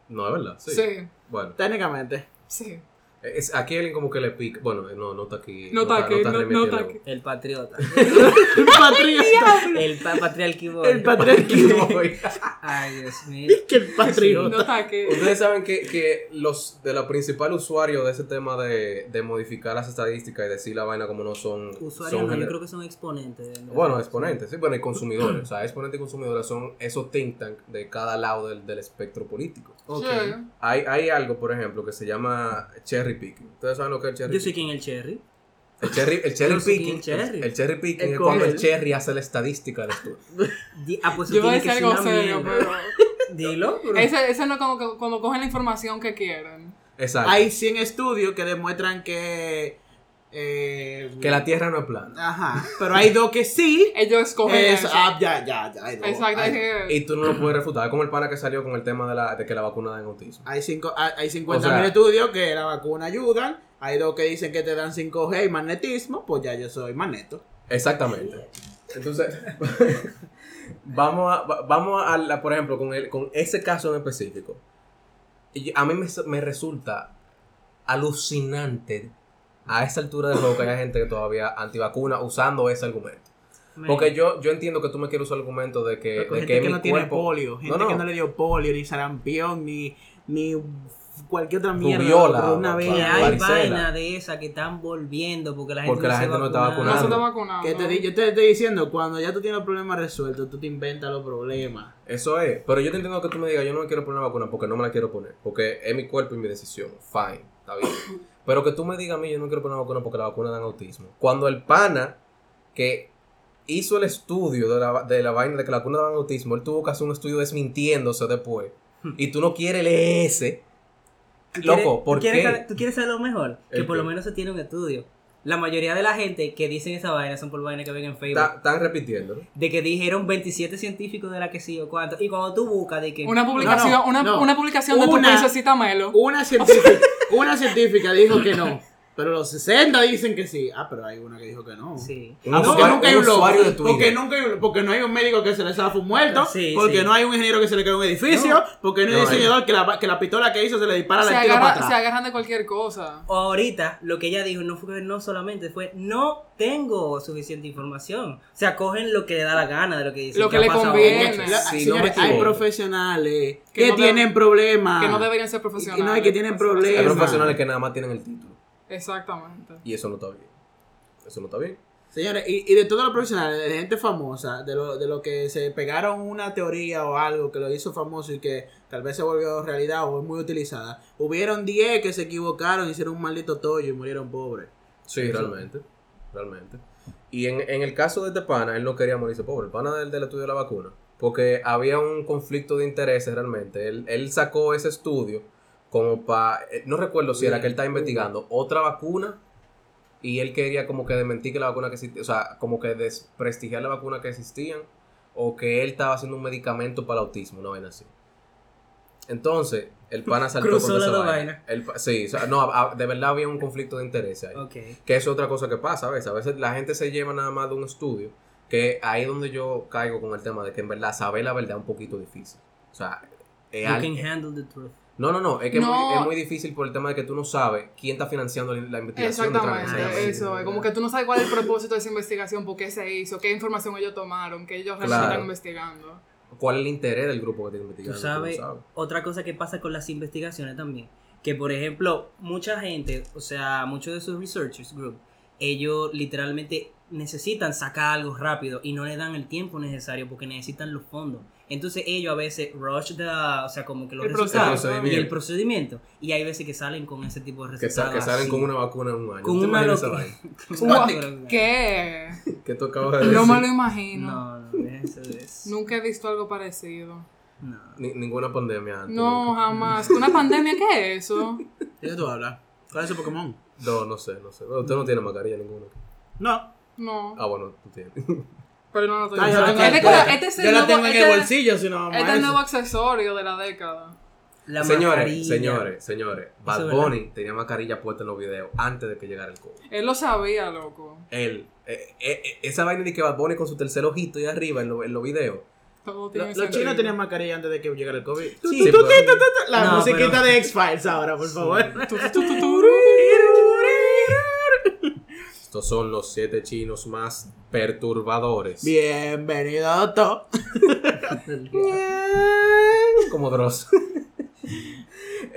No, es verdad. Sí. Sí, Bueno, eh, Técnicamente. sí. es, aquí alguien como que le pica. Bueno, eh, no, no está aquí. No está aquí, no- no está aquí. El patriota. El patriota. El pa patriarquivo. El patriarquismo. Ay, Dios mío. que el No patriota. está aquí. Ustedes saben que, que los de los principales usuarios de ese tema de, de modificar las estadísticas y decir la vaina como no son. Usuarios son no, yo gener- creo que son exponentes. de- Bueno, exponentes, sí, bueno, y consumidores. o sea, exponentes y consumidores son esos think tank de cada lado del, del espectro político. Ok. Sí. Hay, hay algo, por ejemplo, que se llama cherry picking. ¿Ustedes saben lo que es el cherry Yo sé picking? quién es el Cherry. El cherry, el cherry Yo sé picking. quién es el El, cherry. cherry picking El es cuando el comer. cherry hace la estadística del estudio. Di- Ah, pues Yo eso voy a tiene decir que ser algo una serio, mierda. pero... Dilo, pero- Ese, ese no es como que- cuando cogen la información que quieren. Exacto. Hay 100 estudios que demuestran que. eh, Que la tierra no es plana. Ajá. Pero hay dos que sí. Ellos escogen Es- eso. ah, ya, ya, ya. Hay dos. Exacto. Hay, es que- Y tú no lo puedes refutar. Es como el pana que salió con el tema de, la, de que la vacuna da en autismo. hay, cinco, hay, hay 50.000 O sea- estudios que la vacuna ayudan. Hay dos que dicen que te dan 5G y magnetismo. Pues ya yo soy magneto. Exactamente. Entonces, vamos a, va- vamos a la- por ejemplo, con, el, con ese caso en específico. Y A mí me, me resulta alucinante a esa altura del juego que haya gente que todavía antivacuna usando ese argumento. Porque yo, yo entiendo que tú me quieres usar el argumento de que, Loco, de gente Pues que que, mi no tiene cuerpo- polio, gente que no le dio polio, ni sarampión, ni, ni cualquier otra mierda. Rubiola, por una papá. Que vena. Claro, hay varicela. vainas de esas que están volviendo porque la gente, Porque no, la se gente no está vacunaba. No se vacunando. está vacunado. Que te, di- yo te estoy diciendo, cuando ya tú tienes los problemas resueltos, tú te inventas los problemas. Eso es. Pero yo te entiendo que tú me digas, yo no me quiero poner la vacuna porque no me la quiero poner. Porque es mi cuerpo y mi decisión. Fine, está bien. Pero que tú me digas a mí, yo no quiero poner la vacuna porque la vacuna dan autismo. Cuando el pana que hizo el estudio de la, de la vaina de que la vacuna dan autismo, él tuvo que hacer un estudio desmintiéndose después. Hmm. Y tú no quieres leer ese. ¿Tú quieres- Loco, ¿por tú quieres qué? saber- ¿Tú quieres saber lo mejor? Que ¿El por qué? lo menos se tiene un estudio. La mayoría de la gente que dicen esa vaina son por vaina que ven en Facebook. Está- Están repitiendo. ¿no? De que dijeron 27 científicos de la que sí o cuánto. Y cuando tú buscas de que... Una publicación, No, no, una, no. una publicación de tu Una- princesita Melo. Una científica, una científica dijo que no, pero los 60 dicen que sí. Ah, pero hay una que dijo que no. Sí. Un Ah, porque usuario- nunca hay un un loco, usuario de Twitter. porque nunca hay un- porque no hay un médico que se le zafa un muerto, Sí, porque sí. no hay un ingeniero que se le caiga un edificio, porque no hay un No hay. diseñador que la, que la pistola que hizo se le dispara se, la tiro para agarra- atrás. se agarran de cualquier cosa. O ahorita lo que ella dijo no fue no solamente fue no tengo suficiente información. O sea, cogen lo que le da la gana de lo que dicen. Lo ¿Qué que ha le pasado conviene. mucho. La- Si no me señores, hay equivoco. profesionales Que que, no deb- tienen problemas. que no deberían Ah. ser Y profesionales. que no hay que tienen Hay problemas. profesionales que nada más tienen el título. Exactamente. Y eso no está bien. Eso no está bien. Señores, y, y de todos los profesionales, de gente famosa, de lo, de lo que se pegaron una teoría o algo que lo hizo famoso y que tal vez se volvió realidad o es muy utilizada, hubieron 10 que se equivocaron, hicieron un maldito tollo y murieron pobres. Sí, realmente. Realmente. Y en, en el caso de este pana, él no quería morirse pobre. El pana del, del estudio de la vacuna. Porque había un conflicto de intereses realmente. Él, él sacó ese estudio como para... No recuerdo si era que él estaba investigando otra vacuna. Y él quería como que desmentir que la vacuna que existía... O sea, como que desprestigiar la vacuna que existían. O que él estaba haciendo un medicamento para el autismo, una vaina así. Entonces, el pana saltó Cruzó contra las esa dos vaina. vainas. El pa- sí, o sea, no, a- a- de verdad había un conflicto de intereses ahí. Ok. Que es otra cosa que pasa a veces. A veces la gente se lleva nada más de un estudio. Que ahí es donde yo caigo con el tema de que en verdad saber la verdad es un poquito difícil. O sea, es You al- can handle the truth. No, no, no. Es que es No. muy- Es, muy, difícil por el tema de que tú no sabes quién está financiando la- la investigación. detrás de esa vaina. Exactamente, eso. es. Como que tú no sabes cuál es el propósito de esa investigación, por qué se hizo, qué información ellos tomaron, que ellos realmente Claro. están investigando. ¿Cuál es el interés del grupo que está investigando? Tú sabes, Tú no sabes. otra cosa que pasa con las investigaciones también, que por ejemplo, mucha gente, o sea, muchos de sus researchers group, ellos literalmente necesitan sacar algo rápido y no le dan el tiempo necesario porque necesitan los fondos. Entonces ellos a veces rush the, o sea, como que los El resultados proceso. y el procedimiento. Y hay veces que salen con ese tipo de Que, sa- resultados. que salen así. con una vacuna en un año. Con ¿Te una imaginas esa loca- vaina? con una locura. ¿Qué? Que tú acabas de No decir. me lo imagino. No, no, déjense de eso. Nunca he visto algo parecido. No. Ni- ninguna pandemia antes, No, nunca. jamás. ¿Una pandemia qué es eso? ¿De qué tú hablas? ¿Cuál es su Pokémon? No, no sé, no sé. Bueno, Usted no tiene mascarilla ninguna. No. No. Ah, bueno, tú tienes. Pero no, no Ah, estoy yo la usando. tengo- Es de que la- Este es yo el la nuevo- tengo en este- el bolsillo, si no este es mamá, el nuevo accesorio de la década. La mascarilla. señores, señores, señores. es Bad verdad. Bunny tenía mascarilla puesta en los videos antes de que llegara el COVID. Él lo sabía, loco. Él, eh, eh, eh, esa vaina de que Bad Bunny con su tercer ojito ahí arriba en, lo- en los videos. Todo Lo- tiene Los sentido. chinos tenían mascarilla antes de que llegara el COVID. Sí, pues, Tu, tu, tu, pero- tu, tu, tu. La No, musiquita pero- de X-Files ahora, por favor. Tu, tu, tu, tu, tu. Estos son los siete chinos más perturbadores. Bienvenido, doctor. Como Dross.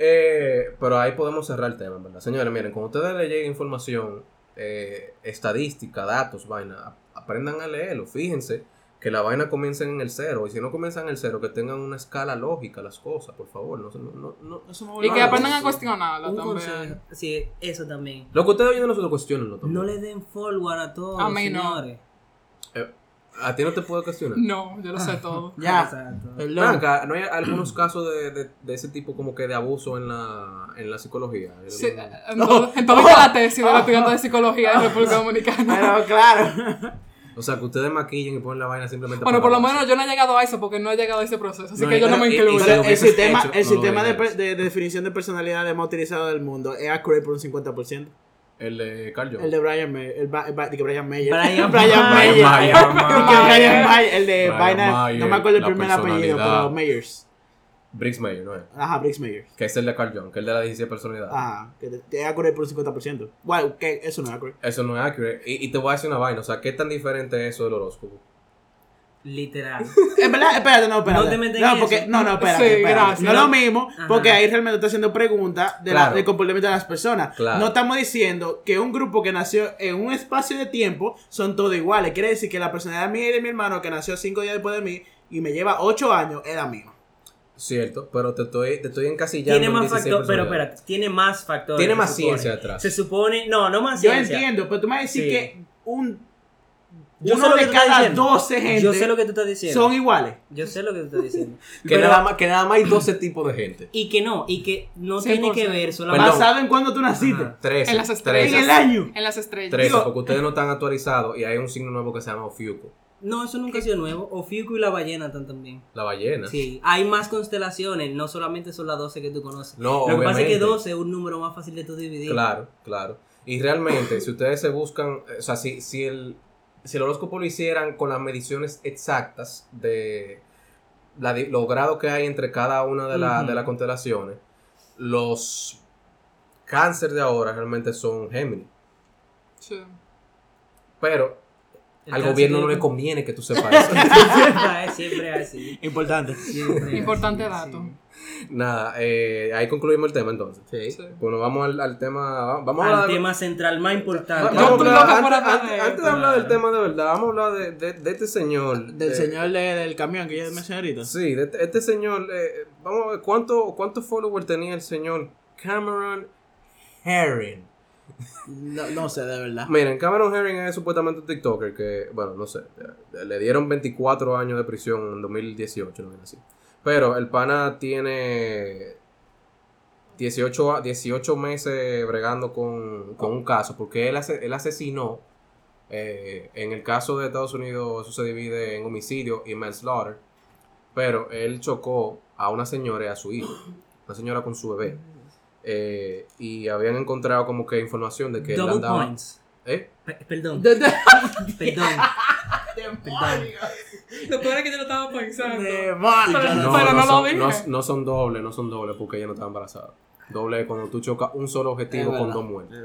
Eh, pero ahí podemos cerrar el tema, en ¿verdad? Señores, miren, cuando ustedes le llegue información, eh, estadística, datos, vaina, a- aprendan a leerlo, fíjense. Que la vaina comiencen en el cero. Y si no comienzan en el cero, que tengan una escala lógica las cosas, por favor. No, se- no, no, no. Y que aprendan a Un cuestionarla Un también. consejo. Sí, eso también. Lo que ustedes oyen de nosotros, cuestionenlo también. No le den forward a todos, A mí no. señores. A ti no te puedo cuestionar. No, yo lo sé todo. Ya. Exacto. Perdón. Blanca, ¿no hay algunos casos de, de- de ese tipo como que de abuso en la, en la psicología? Sí, Yo no- en todo- en todo está la tesis de la estudiante de psicología de República Dominicana. Pero claro. O sea, que ustedes maquillen y ponen la vaina simplemente Bueno, para por lo abuso. menos yo no he llegado a eso porque no he llegado a ese proceso, así No, que yo no me y- y- incluyo. y- Pero el hubieses sistema, hecho, el no lo sistema de, dijeras. per- de definición de personalidad más utilizado del mundo es accurate por un 50%. El de Carl Jung. El de Brian Mayer. El, ba- el ba- de que Brian Mayer. Brian Mayer. Mayer. Brian Y que Brian Mayer. Mayer, El de Brian vaina. Mayer, no me acuerdo el la primer apellido, personalidad. pero Mayers. Briggs Mayer, ¿no es? Ajá, Briggs Mayer. Que es el de Carl Jung, que es el de la 16 personalidades. Ajá, que te- te accurate por un 50%. Bueno, que eso no es accurate. Eso no es accurate. Y, y te voy a decir una vaina, o sea, ¿qué tan diferente es eso del horóscopo? Literal. En verdad, espérate, no, espérate. No te metas en no, eso. porque, no, no, espérate. Sí, espérate. gracias. No es lo mismo, Ajá. porque ahí realmente está haciendo preguntas de la- Claro. del comportamiento de las personas. Claro. No estamos diciendo que un grupo que nació en un espacio de tiempo son todos iguales. Quiere decir que la personalidad mía y de mi hermano, que nació cinco días después de mí y me lleva ocho años, es la misma. Cierto, pero te estoy, te estoy encasillando. Tiene en más 16 factores, pero personalidades. espérate, tiene más factores. Tiene se más supone. ciencia atrás. Se supone, no, no más Yo ciencia. entiendo, pero tú me vas a decir Sí. que un, Yo sé uno lo que de tú estás cada diciendo. 12 gente Yo sé lo que tú estás diciendo. son iguales. Yo sé lo que tú estás diciendo. Que, Pero- nada más, que nada más hay 12 tipos de gente. Y que no, y que no tiene que 100%. ver solamente. Perdón. Basado en cuándo tú naciste. Ajá. 13. En las 13, En el estrellas. año. En las estrellas. 13, Digo- porque ustedes no están actualizados y hay un signo nuevo que se llama Ofiuco, No, eso nunca ha sido nuevo. Ofiuco y la ballena están también. la ballena. Sí, hay más constelaciones, no solamente son las 12 que tú conoces. No, Lo que pasa es que obviamente. 12 es un número más fácil de tú dividir. Claro, claro. Y realmente, si ustedes se buscan, eh, o sea, si, si, el, si el horóscopo lo hicieran con las mediciones exactas de la, di- los grados que hay entre cada una de, la- Ujú. de las constelaciones, los cáncer de ahora realmente son Géminis. Sí. Pero El al cáncer gobierno tiene- no le conviene que tú sepas eso. siempre es siempre es así. Importante. siempre es Importante así, dato. sí. Nada, eh, ahí concluimos el tema entonces. Sí. Bueno, vamos al, al tema. Vamos a Al hablar- tema central más va- importante. vamos a Yo estoy hablar- loca por antes, hablar de antes- esto. antes de hablar del Claro. tema de verdad, vamos a hablar de, de- de este señor. Del de- señor de- del camión que yo mencioné ahorita. Sí, de este, este señor, eh, vamos a ver, ¿cuánto, ¿cuántos followers tenía el señor Cameron Herring? No, no sé, de verdad. Miren, Cameron Herring es supuestamente un TikToker que, bueno, no sé, eh, le dieron 24 años de prisión en 2018, no es así. Pero el pana tiene 18, a- 18 meses bregando con, con un caso, porque él, ase- él asesinó, eh, en el caso de Estados Unidos eso se divide en homicidio y manslaughter, pero él chocó a una señora y a su hijo, una señora con su bebé. eh, y habían encontrado como que información de que él Double andaba... points. ¿Eh? Pe- perdón, De- de- perdón. Lo peor es que yo lo estaba pensando. de mal, Pero- claro. No, Pero no, no lo son, dije. no, no son dobles, no son dobles porque ella no está embarazada. Doble es cuando tú chocas un solo objetivo Es con verdad. dos muertes.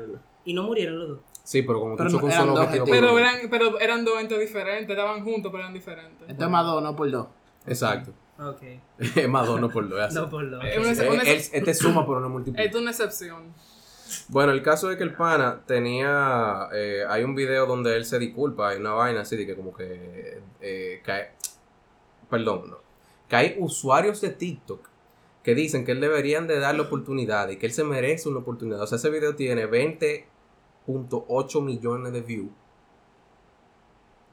Y no murieron los dos. Sí, pero como tú Pero no, chocas un eran solo dos objetivo con dos Pero muertes. eran, pero eran dos entes diferentes, estaban juntos, pero eran diferentes. Esto es más dos, no por dos. Exacto. Ok. Es más dos, no por dos. es así. No por los. Eh, una- Eh, una- él- este suma pero no Esto multiplica. es una excepción. Bueno, el caso es que el pana tenía. eh, hay un video donde él se disculpa. Hay una vaina así de que, como que. eh, que hay- perdón, no. Que hay usuarios de TikTok que dicen que él deberían de darle oportunidad y que él se merece una oportunidad. O sea, ese video tiene 20.8 millones de views,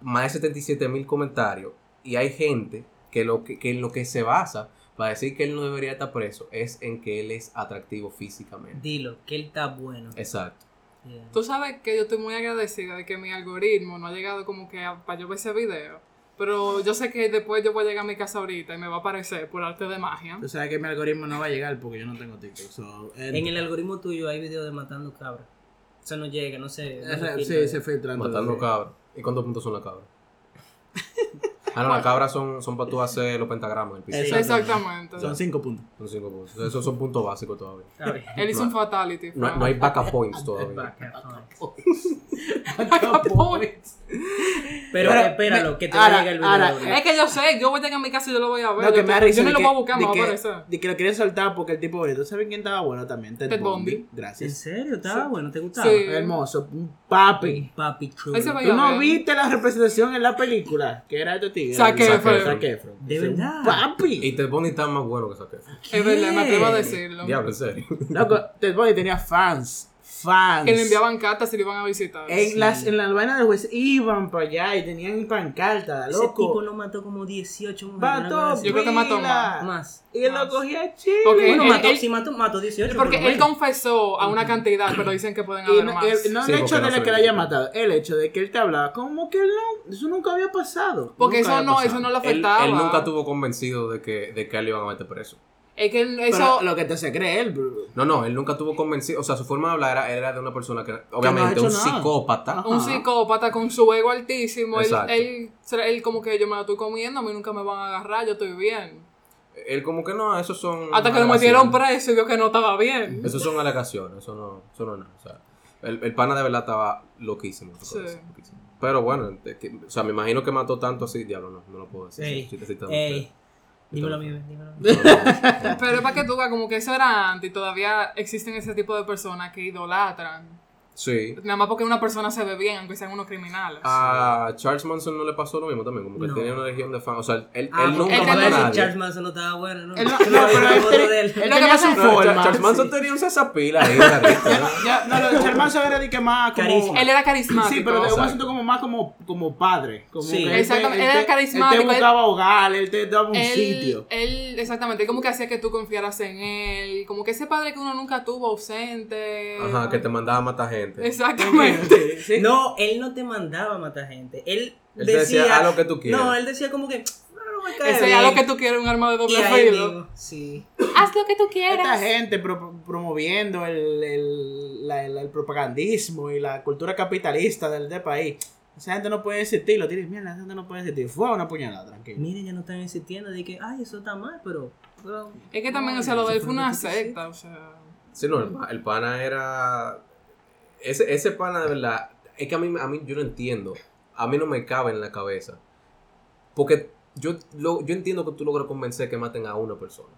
más de 77 mil comentarios y hay gente que, lo que, que en lo que se basa para decir que él no debería estar preso es en que él es atractivo físicamente. Dilo, que él está bueno. Exacto. Yeah. Tú sabes que yo estoy muy agradecida de que mi algoritmo no ha llegado como que a- para yo ver ese video. Pero yo sé que después yo voy a llegar a mi casa ahorita y me va a aparecer por arte de magia. Tú sabes que mi algoritmo no va a llegar porque yo no tengo TikTok. so, en- En el algoritmo tuyo hay videos de matando cabras. Eso no llega, no sé. no es- sí, se filtra. se filtran. Matando todos, cabra. ¿Y cuántos puntos son las cabras? Ah, no, las cabras son, son para tú hacer los pentagramas. El piso. Exacto. Exactamente. sí. Son cinco puntos. Son cinco puntos. Esos son puntos básicos todavía. Está bien. Él hizo un fatality. No, fue. Ah, no hay backup points todavía. Back up, fine. Points. Pero, Pero, espéralo, me- que te va a ahora, llegar el video. ahora, ahorita. Es que yo sé, yo voy a llegar a mi casa y yo lo voy a ver. No, que yo, me da yo risa ni de lo que- voy a buscar, me de va a que- aparecer. De que lo quería soltar porque el tipo bonito. ¿Saben quién estaba bueno también? Ted, Ted Bundy. Bundy. ¿En Gracias. serio? ¿Estaba bueno? ¿Te gustaba? Sí. Hermoso. Un Papi. Papi chulo. Ahí se va- ¿Tú no ver. viste la representación en la película? Que era este tigre? Zac Efron. Zac Efron. De Sí, un verdad. Papi. Ah. Y Ted Bundy está más bueno que saqué. Es verdad, me atrevo a ¿Qué? decirlo. Diablo, en serio. Loco, Ted Bundy tenía fans. Fans. Que le enviaban cartas y le iban a visitar. En, las, en la vaina del juez iban para allá y tenían pancarta, Ese tipo loco. no mató como 18 mujeres. Mató algo así. Yo creo que mató pila. más. Y él lo Más. cogía chile. Porque Bueno, Él- mató, él- sí mató, mató 18. por Porque lo él menos. confesó a una cantidad, pero dicen que pueden Y haber no, más. el, no Sí, el porque hecho no de se que lo haya vio. matado, el hecho de que él te hablaba, como que no, eso nunca había pasado. Porque Nunca eso había no, pasado. eso no lo Él, afectaba. él nunca estuvo convencido de que, de que a él iban a meter preso. Es que él- Pero eso. lo que te se cree él, bro. No, no, él nunca estuvo convencido. O sea, su forma de hablar era, era de una persona que, obviamente, hecho un nada. psicópata. un Ajá. psicópata con su ego altísimo. Él, Exacto. él, él como que yo me la estoy comiendo, a mí nunca me van a agarrar, yo estoy bien. Él como que no, esos son... Hasta que lo alegaciones. metieron preso y vio que no estaba bien. Esos son alegaciones, eso no, eso no es nada. O sea, el, el pana de verdad estaba loquísimo. se puede Sí. decir, loquísimo. Pero bueno, es que- o sea, me imagino que mató tanto así, diablo, no, no lo puedo decir. Ey, sí, sí, sí, está- Ey, dímelo a mí, bien. dímelo a mí. No, no, no. Pero es para que tú veas como que eso era antes y todavía existen ese tipo de personas que idolatran. Sí. Nada más porque una persona se ve bien, aunque sean unos criminales. Ah. A Charles Manson no le pasó lo mismo también, como que No. él tenía una legión de fans. O sea, él- él, Ah, él nunca él Iba mató a tenía- decir nadie. Charles Manson no estaba bueno, ¿no? Él no- Yo vi pero una él foto tenía- de él. él Lo que tenía pasa su es- No, Char- forma. Charles Manson Sí. tenía un pila ahí, rarito, ¿no? Ya, no, lo de Charles Manson era de que más como... Carisma. Él era carismático. Sí, pero de un Exacto. asunto como más como, como padre. Como Sí. que él te- Exactamente, él era te- carismático, Él él- te buscaba hogar, él te daba un él, sitio. él, exactamente, como que hacía que tú confiaras en él, como que ese padre que uno nunca tuvo ausente. Ajá, que te mandaba a matar gente. Exactamente. Sí. No, él no te mandaba a matar gente. Él, Él te decía, decía, haz lo que tú quieras. No, él decía como que. "No, no me cae Ese bien". es lo que tú quieres, un arma de Y doble ahí filo. mismo, sí. Haz lo que tú Esta quieras. gente pro- promoviendo el, el, la- el- el propagandismo y la cultura capitalista del, del país. Esa gente no puede existir, lo tienes mierda, esa gente no puede existir. Fue una puñalada, tranquilo. Miren, ya no están insistiendo de que, ay, eso está mal, pero. pero- Es que también, no, o sea, lo de él eso fue una lo que tú secta, o sea. Sí, no, el, pa- el pana era. Ese, ese pana de verdad. Es que a mí, a mí yo no entiendo. A mí no me cabe en la cabeza. Porque yo, lo- yo entiendo que tú logras convencer que maten a una persona.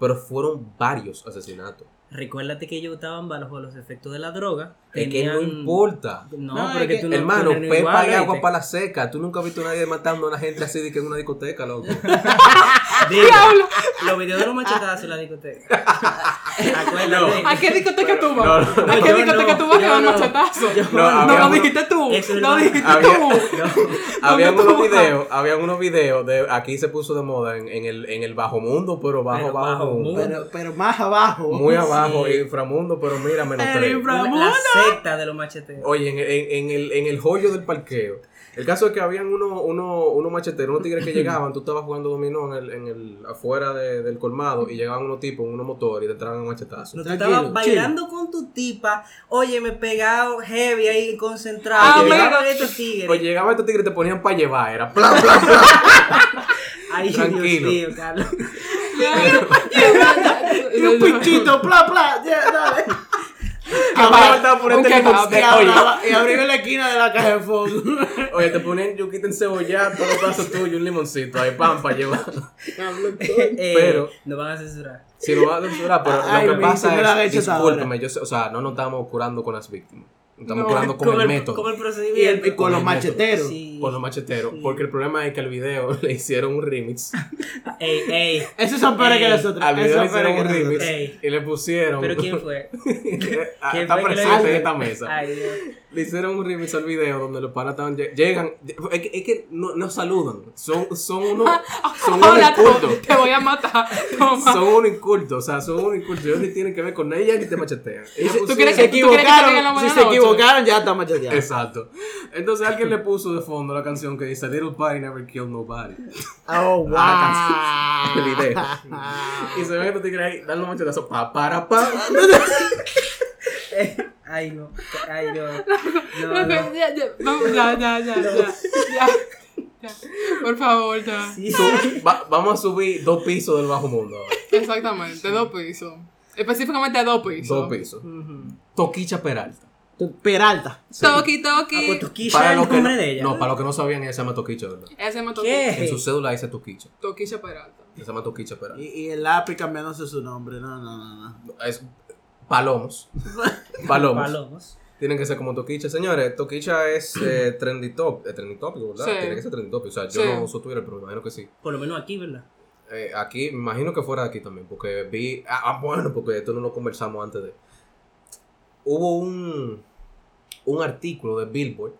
Pero fueron varios asesinatos. hiciste. Recuérdate que ellos estaban bajo los efectos de la droga. Es que no tenían- importa. No, No, pero es que que- tú no Hermano, tú no eres pepa igual, y agua ¿oíste? para la seca. Tú nunca has visto a nadie matando a una gente así de que en una discoteca, loco. Digo, Los videos de los machetazos en la discoteca. Acuérdate. ¿A qué discoteca tú no, vas? no, ¿A qué yo discoteca no, tú vas que yo dan no. machetazos? Yo no, No lo había- dijiste tú, Eso es lo verdad. dijiste Había- tú. Había ¿Dónde unos tú vas? videos, había unos videos de aquí se puso de moda en, en el, en el bajo mundo, pero bajo, Pero bajo, bajo mundo. mundo. Pero, pero más abajo. Muy abajo, Sí. inframundo, pero mira, menos El tres. infra- La secta de los macheteros. Oye, en, en- en el, en el joyo del parqueo. El caso es que habían unos uno, uno macheteros, unos tigres que llegaban, tú estabas jugando dominó en el, en el, afuera de- del colmado y llegaban unos tipos en unos motores y te entraban a machetazos. No, tú Tranquilo, estabas chill. bailando con tu tipa, oye, me pegado heavy ahí concentrado. Ah, y pero- llegaban estos tigres. Pues llegaban estos tigres y te ponían para llevar, era plan, plan, plan. Ay, tranquilo. Dios mío, Carlos. Y un pinchito, pla, pla, ya, dale. va, falta ponerte un el kebab. Y Oye. abrí- Y abrí la esquina de la caja de fondo. Oye, te ponían yuquita en cebolla, todos los brazos tuyos y un limoncito ahí, pam, para llevar. Eh, Pero- Nos van a censurar. Si lo vas a censurar, pero Ay, lo que me hice una pasa es, leche esa hora. discúlpeme, yo sé- o sea, no nos estamos curando con las víctimas, estamos No, curando con, el, método. Con Y, el el- procedimiento. y con los el método. macheteros. Sí. Con los macheteros. Sí. Porque el problema es que al video le hicieron un remix. Ey, ey. Esos son peores que Ey, nosotros. Al video Esos le son peores hicieron que un remix. nosotros. Ey. Y le pusieron. ¿Pero quién fue? Ah, ¿Quién está fue que lo presente en hizo? esta mesa. Ay, Dios. Le hicieron un remix al video donde los panas estaban. lle- Llegan. Es que, es que no, no saludan. Son, son unos. Son unos Hola, incultos. te voy a matar. Toma. Son unos incultos. O sea, son unos incultos. Ellos ni tienen que ver con ella ni te machetean. Ellos ¿Tú pusieron- quieres Se que- tú quieres que te equivocaron. vengan la si mañana se a ocho. equivocaron, ya está macheteado. Exacto. Entonces alguien le puso de fondo la canción que dice Little Pie Never Killed Nobody. Oh, wow. Ah, El video. Y se ve que tú tigres ahí dando machetazos. Pa, para, pa. Eh, Ay, no. Ay, no. No, No, no. ya, ya, no, ya, ya, ya, ya, ya, ya. Por favor, ya. Sí. Tú- va- vamos a subir dos pisos del bajo mundo. ahora. Exactamente, dos pisos. Específicamente dos pisos. Dos pisos. Ujú. Toquicha Peralta. Tu- Peralta. Toki, Ah, pues toki. Toquilla era los el que, nombre de ella. No, para los que no sabían, ella se llama Toquicha, ¿verdad? Ella se llama Toki. ¿Qué? En su cédula dice Toquicha. Toquilla Peralta. Ella se llama Toquicha Peralta. Y, y el lápiz cambiándose su nombre. No, no, no. no. Es Palomos. Palomos. Palomos. Tienen que ser como Toquicha. Señores, Toquicha es eh, trendy top. eh, trendy topic, ¿verdad? Sí. Tiene que ser trendy topic. O sea, yo Sí. no uso Twitter, pero me imagino que sí. Por lo menos aquí, ¿verdad? Eh, aquí, me imagino que fuera de aquí también, porque vi. Ah, ah, bueno, porque esto no lo conversamos antes de. Hubo un. Un artículo de Billboard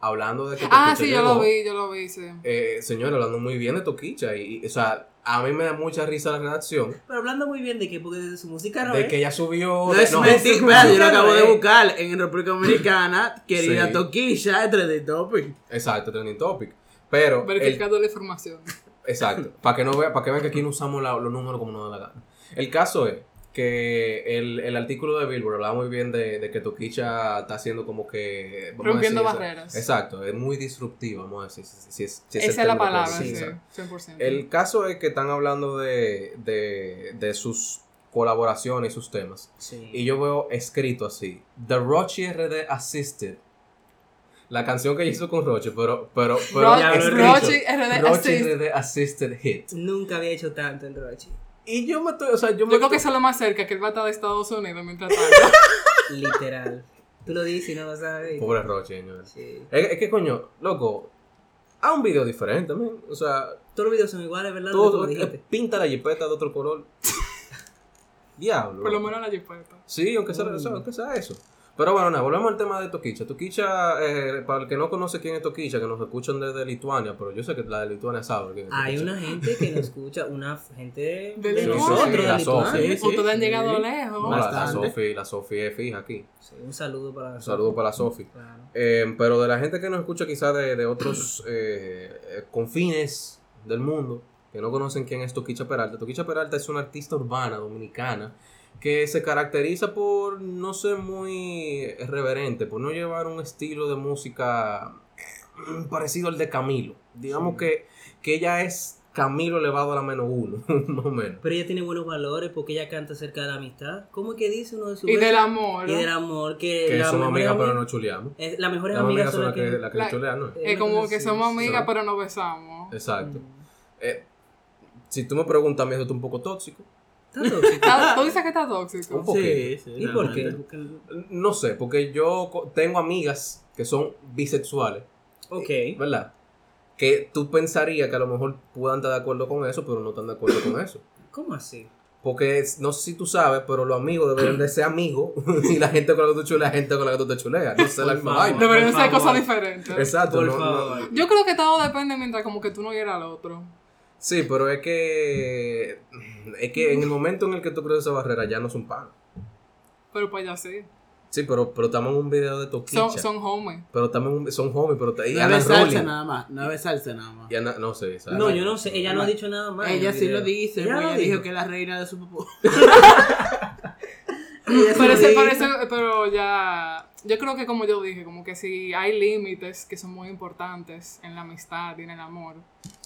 hablando de que. Ah, Toquicha sí, yo llegó. lo vi, yo lo vi, sí. Eh, señor, hablando muy bien de Toquicha. Y, y, o sea, a mí me da mucha risa la redacción Pero hablando muy bien de que, porque de su música no de es. que ella subió. No es Oh, no, mentira, no, espérate, yo lo no, acabo de eh. buscar en República Dominicana, querida Sí. Toquilla, entre de topic. Exacto, trending topic. Pero. el- Verificando la información. Exacto. Para que no vea, para que vean que aquí no usamos la- los números como nos da la gana. El caso es que el, el artículo de Billboard hablaba muy bien de, de que Toquicha está haciendo como que... vamos a Rompiendo decir, barreras. Exacto, es muy disruptiva, vamos a decir. si- si- si- si el Esa es la término palabra, correcto. sí, Exacto. 100%. El caso es que están hablando de, de, de sus colaboraciones y sus temas. Sí. Y yo veo escrito así: The Roche RD Assisted. La canción que hizo con Roche, pero. pero, pero Ro- Ya lo he escrito, Roche RD Roche Assist. RD Assisted Hit. Nunca había hecho tanto en Rochi. Y yo me estoy. O sea, yo, me Yo creo estoy- que eso es lo más cerca que él va a estar de Estados Unidos mientras tanto. Literal. Tú lo dices y no lo sabes. Pobre Roche, señores. Sí. Es, es que coño, loco. Haz un video diferente, man. O sea, Todos los videos son iguales, ¿verdad? Lo que tú todo, me dijiste. pinta la jipeta de otro color. Diablo. Por lo menos la jipeta. Sí, aunque sea, Mm. o sea, aunque sea eso. Pero bueno, nada, volvemos al tema de Toquicha. Toquicha, eh, para el que no conoce quién es Toquicha, que nos escuchan desde Lituania, pero yo sé que la de Lituania sabe quién es Hay Toquicha. una gente que nos escucha, una gente De de Lituania. nosotros, Sí, de la Lituania. Sofía. Sí, sí. Ustedes han sí. llegado No, lejos. la- la Bastante. Sofi, la Sofi es fija aquí. Sí, un saludo para Un nosotros. saludo para la Sofi. Claro. Eh, pero de la gente que nos escucha quizás de, de otros eh, eh, confines del mundo, que no conocen quién es Toquicha Peralta. Toquicha Peralta es una artista urbana dominicana que se caracteriza por no ser muy reverente, por no llevar un estilo de música eh, parecido al de Camilo. Digamos Sí. que, que ella es Camilo elevado a la menos uno, más o menos. Pero ella tiene buenos valores porque ella canta acerca de la amistad. ¿Cómo es que dice uno de sus Y del versos? amor. Y del amor que, Que Eh, la somos mejor amigas, ami- pero no chuleamos. es- las mejores Las amigas amigas son son las las que, que... las que la- chulean, Mm. ¿no? Eh, Es como que Eh, Sí, somos sí. amigas, sí. pero no besamos. Exacto. Mm. Eh, si tú me preguntas, a mí eso es un poco tóxico. Está tóxico. Ah. Está- Tú dices que está tóxico. Un poquito. Sí, sí, ¿Y por qué? realmente. No sé, porque yo co- tengo amigas que son bisexuales, ok. ¿verdad? Que tú pensarías que a lo mejor puedan estar de acuerdo con eso, pero no están de acuerdo con eso. ¿Cómo así? Porque es- no sé si tú sabes, pero los amigos deberían de ser amigos y la gente con la que tú chuleas, la gente con la que tú te chuleas. No sé la Por misma favor. vaina. Deberían Por ser cosas favor. diferentes. Exacto. Por no- no- favor. Yo creo que todo depende mientras como que tú no quieras al otro. Sí, pero es que. Es que en el momento en el que tú cruzas esa barrera ya no son pan. Pero pues ya sí. Sí, pero, pero estamos en un video de toquicha. Son, son homies. Pero estamos en un- son homies, pero te- y No andan es salsa rolling. nada más. No es salsa nada más. Y andan- no sé, ¿sabes? No, yo no sé. Ella no ha dicho nada más. en Ella el sí lo video. dice. Ella porque lo Ella dijo. dijo que es la reina de su popó. Pero, ese- pero ese- pero ya, yo creo que como yo dije, como que si hay límites que son muy importantes en la amistad y en el amor,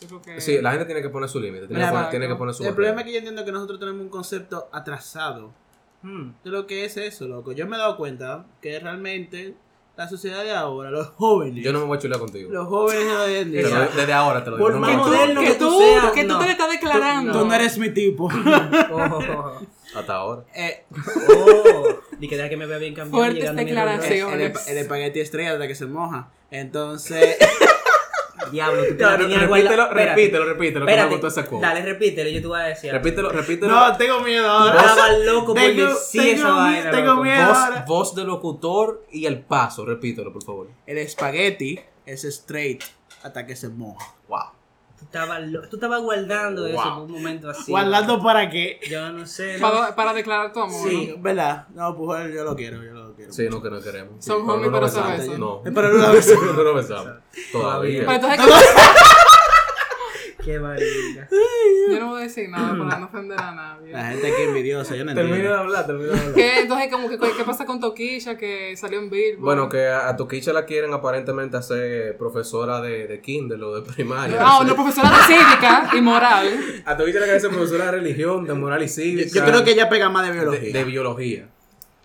yo creo que... Sí, la gente tiene que poner su límite, tiene, Mira, que poner- exacto. tiene que poner su El problema es barrera. que yo entiendo que nosotros tenemos un concepto atrasado Hmm. de lo que es eso, loco. Yo me he dado cuenta que realmente la sociedad de ahora, los jóvenes, Yo no me voy a chular contigo. los jóvenes de hoy en Te lo- día, desde ahora te lo digo. Por no más me voy a moderno que que tú, tú seas, que tú no. te le estás declarando. tú no eres mi tipo. Oh, chular. Hasta ahora. Eh, oh. Ni que deja que me vea bien cambiado. Fuertes llegando a mi declaraciones. reunión. el, esp- el espagueti estrella hasta que se moja. Entonces, Diablo, tú Claro, tenías algo repítelo, ahí la- repítelo, Espérate, repítelo, repítelo, que no espérate. contó esa cosa. Dale, repítelo, yo te voy a decir. algo. Repítelo, repítelo. no, tengo miedo ahora. Estaba loco por Tengo- decir tengo esa miedo, vaina. tengo loco. miedo. ahora. voz, voz de locutor y el paso, repítelo, por favor. El espagueti es straight hasta que se moja. Wow. Tú estabas lo- tú estabas guardando eso Wow. por un momento así. ¿Guardando para qué? Yo no sé. ¿no? Para, para declarar tu amor. Sí. ¿Verdad? No, pues yo lo quiero, yo lo quiero. Sí, no que no queremos. Son Sí, homies, no pero nos se besamos. besan. No, Eh, Pero no lo ves. no nos besamos. Todavía. Pero entonces, Qué marica. yo no voy a decir nada para no ofender a nadie. La gente aquí envidiosa, yo no Termina de entiendo. hablar, termina de hablar. ¿Qué? Entonces, como que, ¿qué pasa con Toquilla que salió en Billboard? Bueno, que a, a Toquicha la quieren aparentemente hacer profesora de, de kinder o de primaria. Ah, no, profesora de cívica y moral. A Toquicha la quieren hacer profesora de religión, de moral y Yo, cívica. yo creo que ella pega más de de, biología. de biología.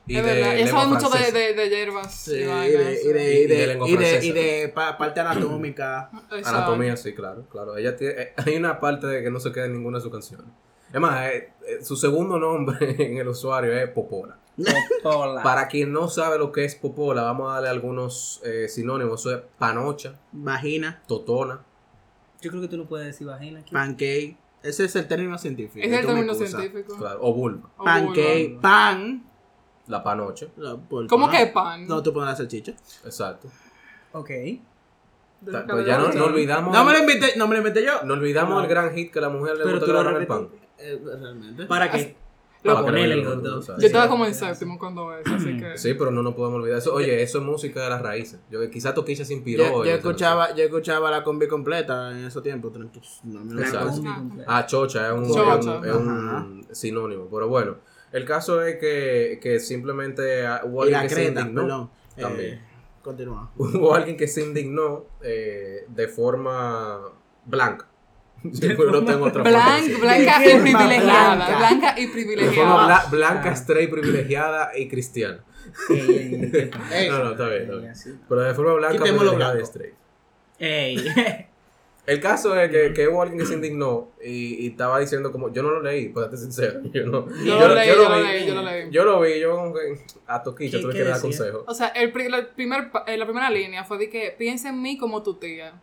Y es de verdad. Ella lengua sabe mucho de, francesa. de, de hierbas. Sí, y vainas. de, y de, Y y de de, lengua y de, francesa. y de pa- parte anatómica. Exacto. Anatomía, sí, claro, claro. Ella tiene, eh, hay una parte de que no se queda en ninguna de sus canciones. Es más, eh, eh, su segundo nombre en el usuario es Popola. Ah. Hola. Para quien no sabe lo que es Popola, vamos a darle algunos eh, sinónimos. Eso es panocha, Vagina, totona. Ah. Yo creo que tú no puedes decir vagina aquí. pancake. Ese es el término científico. Ese es el tú me término excusas. científico. Oh, Claro, o vulva, O Pancake, pan. la panocha. lo- por- ¿Cómo no, que pan? No, tú pones la salchicha. Exacto. Ok. De Ta- lo que Pues ya no, hablamos. no olvidamos. No me lo inventé, no me lo inventé yo. No olvidamos No. el gran hit que la mujer le Pero tú gusta que le lo hagan el pan. repites. Eh, realmente. ¿Para qué? Para Para que ponerle el no- hot no- no dog. sabe. Yo estaba como en séptimo cuando es, así que. Sí, pero no nos podemos olvidar eso. Oye, eso es música de las raíces. Yo, quizá Toquicha se inspiró. Yo, en yo esa escuchaba, yo escuchaba la combi completa en ese tiempo. tre- No, me lo Exacto. acuerdo. combi completa. Ah, chocha es un, Chocha. es un- es un sinónimo, pero bueno. El caso es que, que simplemente ah, hubo Y la alguien que se creta, indignó. perdón. Eh, También. continúa. Hubo alguien que se indignó eh, de forma blanca. Yo no tengo otra forma de Blanc, decirlo. blanca De y forma privilegiada. blanca. Blanca y De forma privilegiada. bla- blanca, Ah. straight, privilegiada y cristiana. Ey, ey, ¿qué pasa? Ey. No, no, está bien, está bien. Ey, así no. Pero de forma blanca, Quitemos lo privilegiada y blanco. straight. Ey. El caso es que, que hubo alguien que se indignó y, y estaba diciendo como, yo no lo leí, para ser sincero, yo no, Yo lo leí, yo lo leí, yo lo leí. Yo lo vi, yo como que a Toquilla ¿Qué- tuve qué que dar decía? consejo. O sea, el, pri- la, primer pa- eh, la primera línea fue de que piensa en mí como tu tía.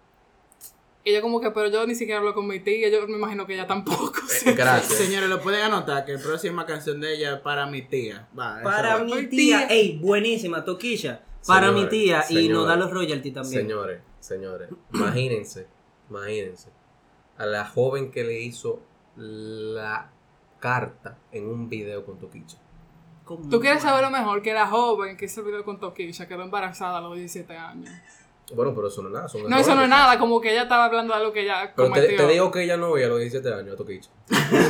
Y yo como que, pero yo ni siquiera hablo con mi tía, yo me imagino que ella tampoco. Eh, Gracias. Señores, lo pueden anotar que la próxima canción de ella es para mi tía. Va, esa Para va. mi Ay, tía. tía. Ey, buenísima, toquilla. Para Señores, mi tía. Y nos señores, da los royalty también. Señores, señores, imagínense, imagínense a la joven que le hizo la carta en un video con Toquilla. ¿Cómo? Tú quieres saber lo mejor, que la joven que se olvidó con Toquilla quedó embarazada a los 17 años. Bueno, pero eso Pues no es nada. son No, eso errores. no es nada, como que ella estaba hablando de algo que ella Pero te, cometió. te digo que ella no veía a los 17 años a Toquilla.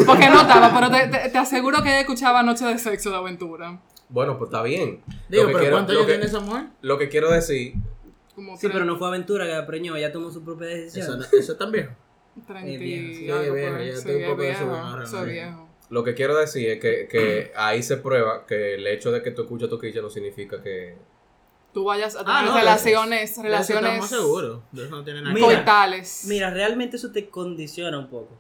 Porque no estaba, pero te, te- te aseguro que ella escuchaba Noche de Sexo de Aventura. Bueno, pues está bien. Digo, Lo que pero quiero- ¿cuántos lo años que- tiene esa mujer? Lo que quiero decir Como Sí, pero no fue aventura que preñó. Ella tomó su propia Eso, decisión. no- eso también. viejo. Treinta y Eh, Sí, algo viejo, por ahí. ya Sí, estoy un es poco de viejo, submarino, soy ¿no? viejo. Lo que quiero decir es que, que ahí se prueba que el hecho de que tú escuchas toquilla no significa que. Tú vayas a Ah, tener no, de- relaciones, De eso relaciones Estamos seguros. De eso no tiene nada que Mira, ver. coitales. Mira, realmente eso te condiciona un poco.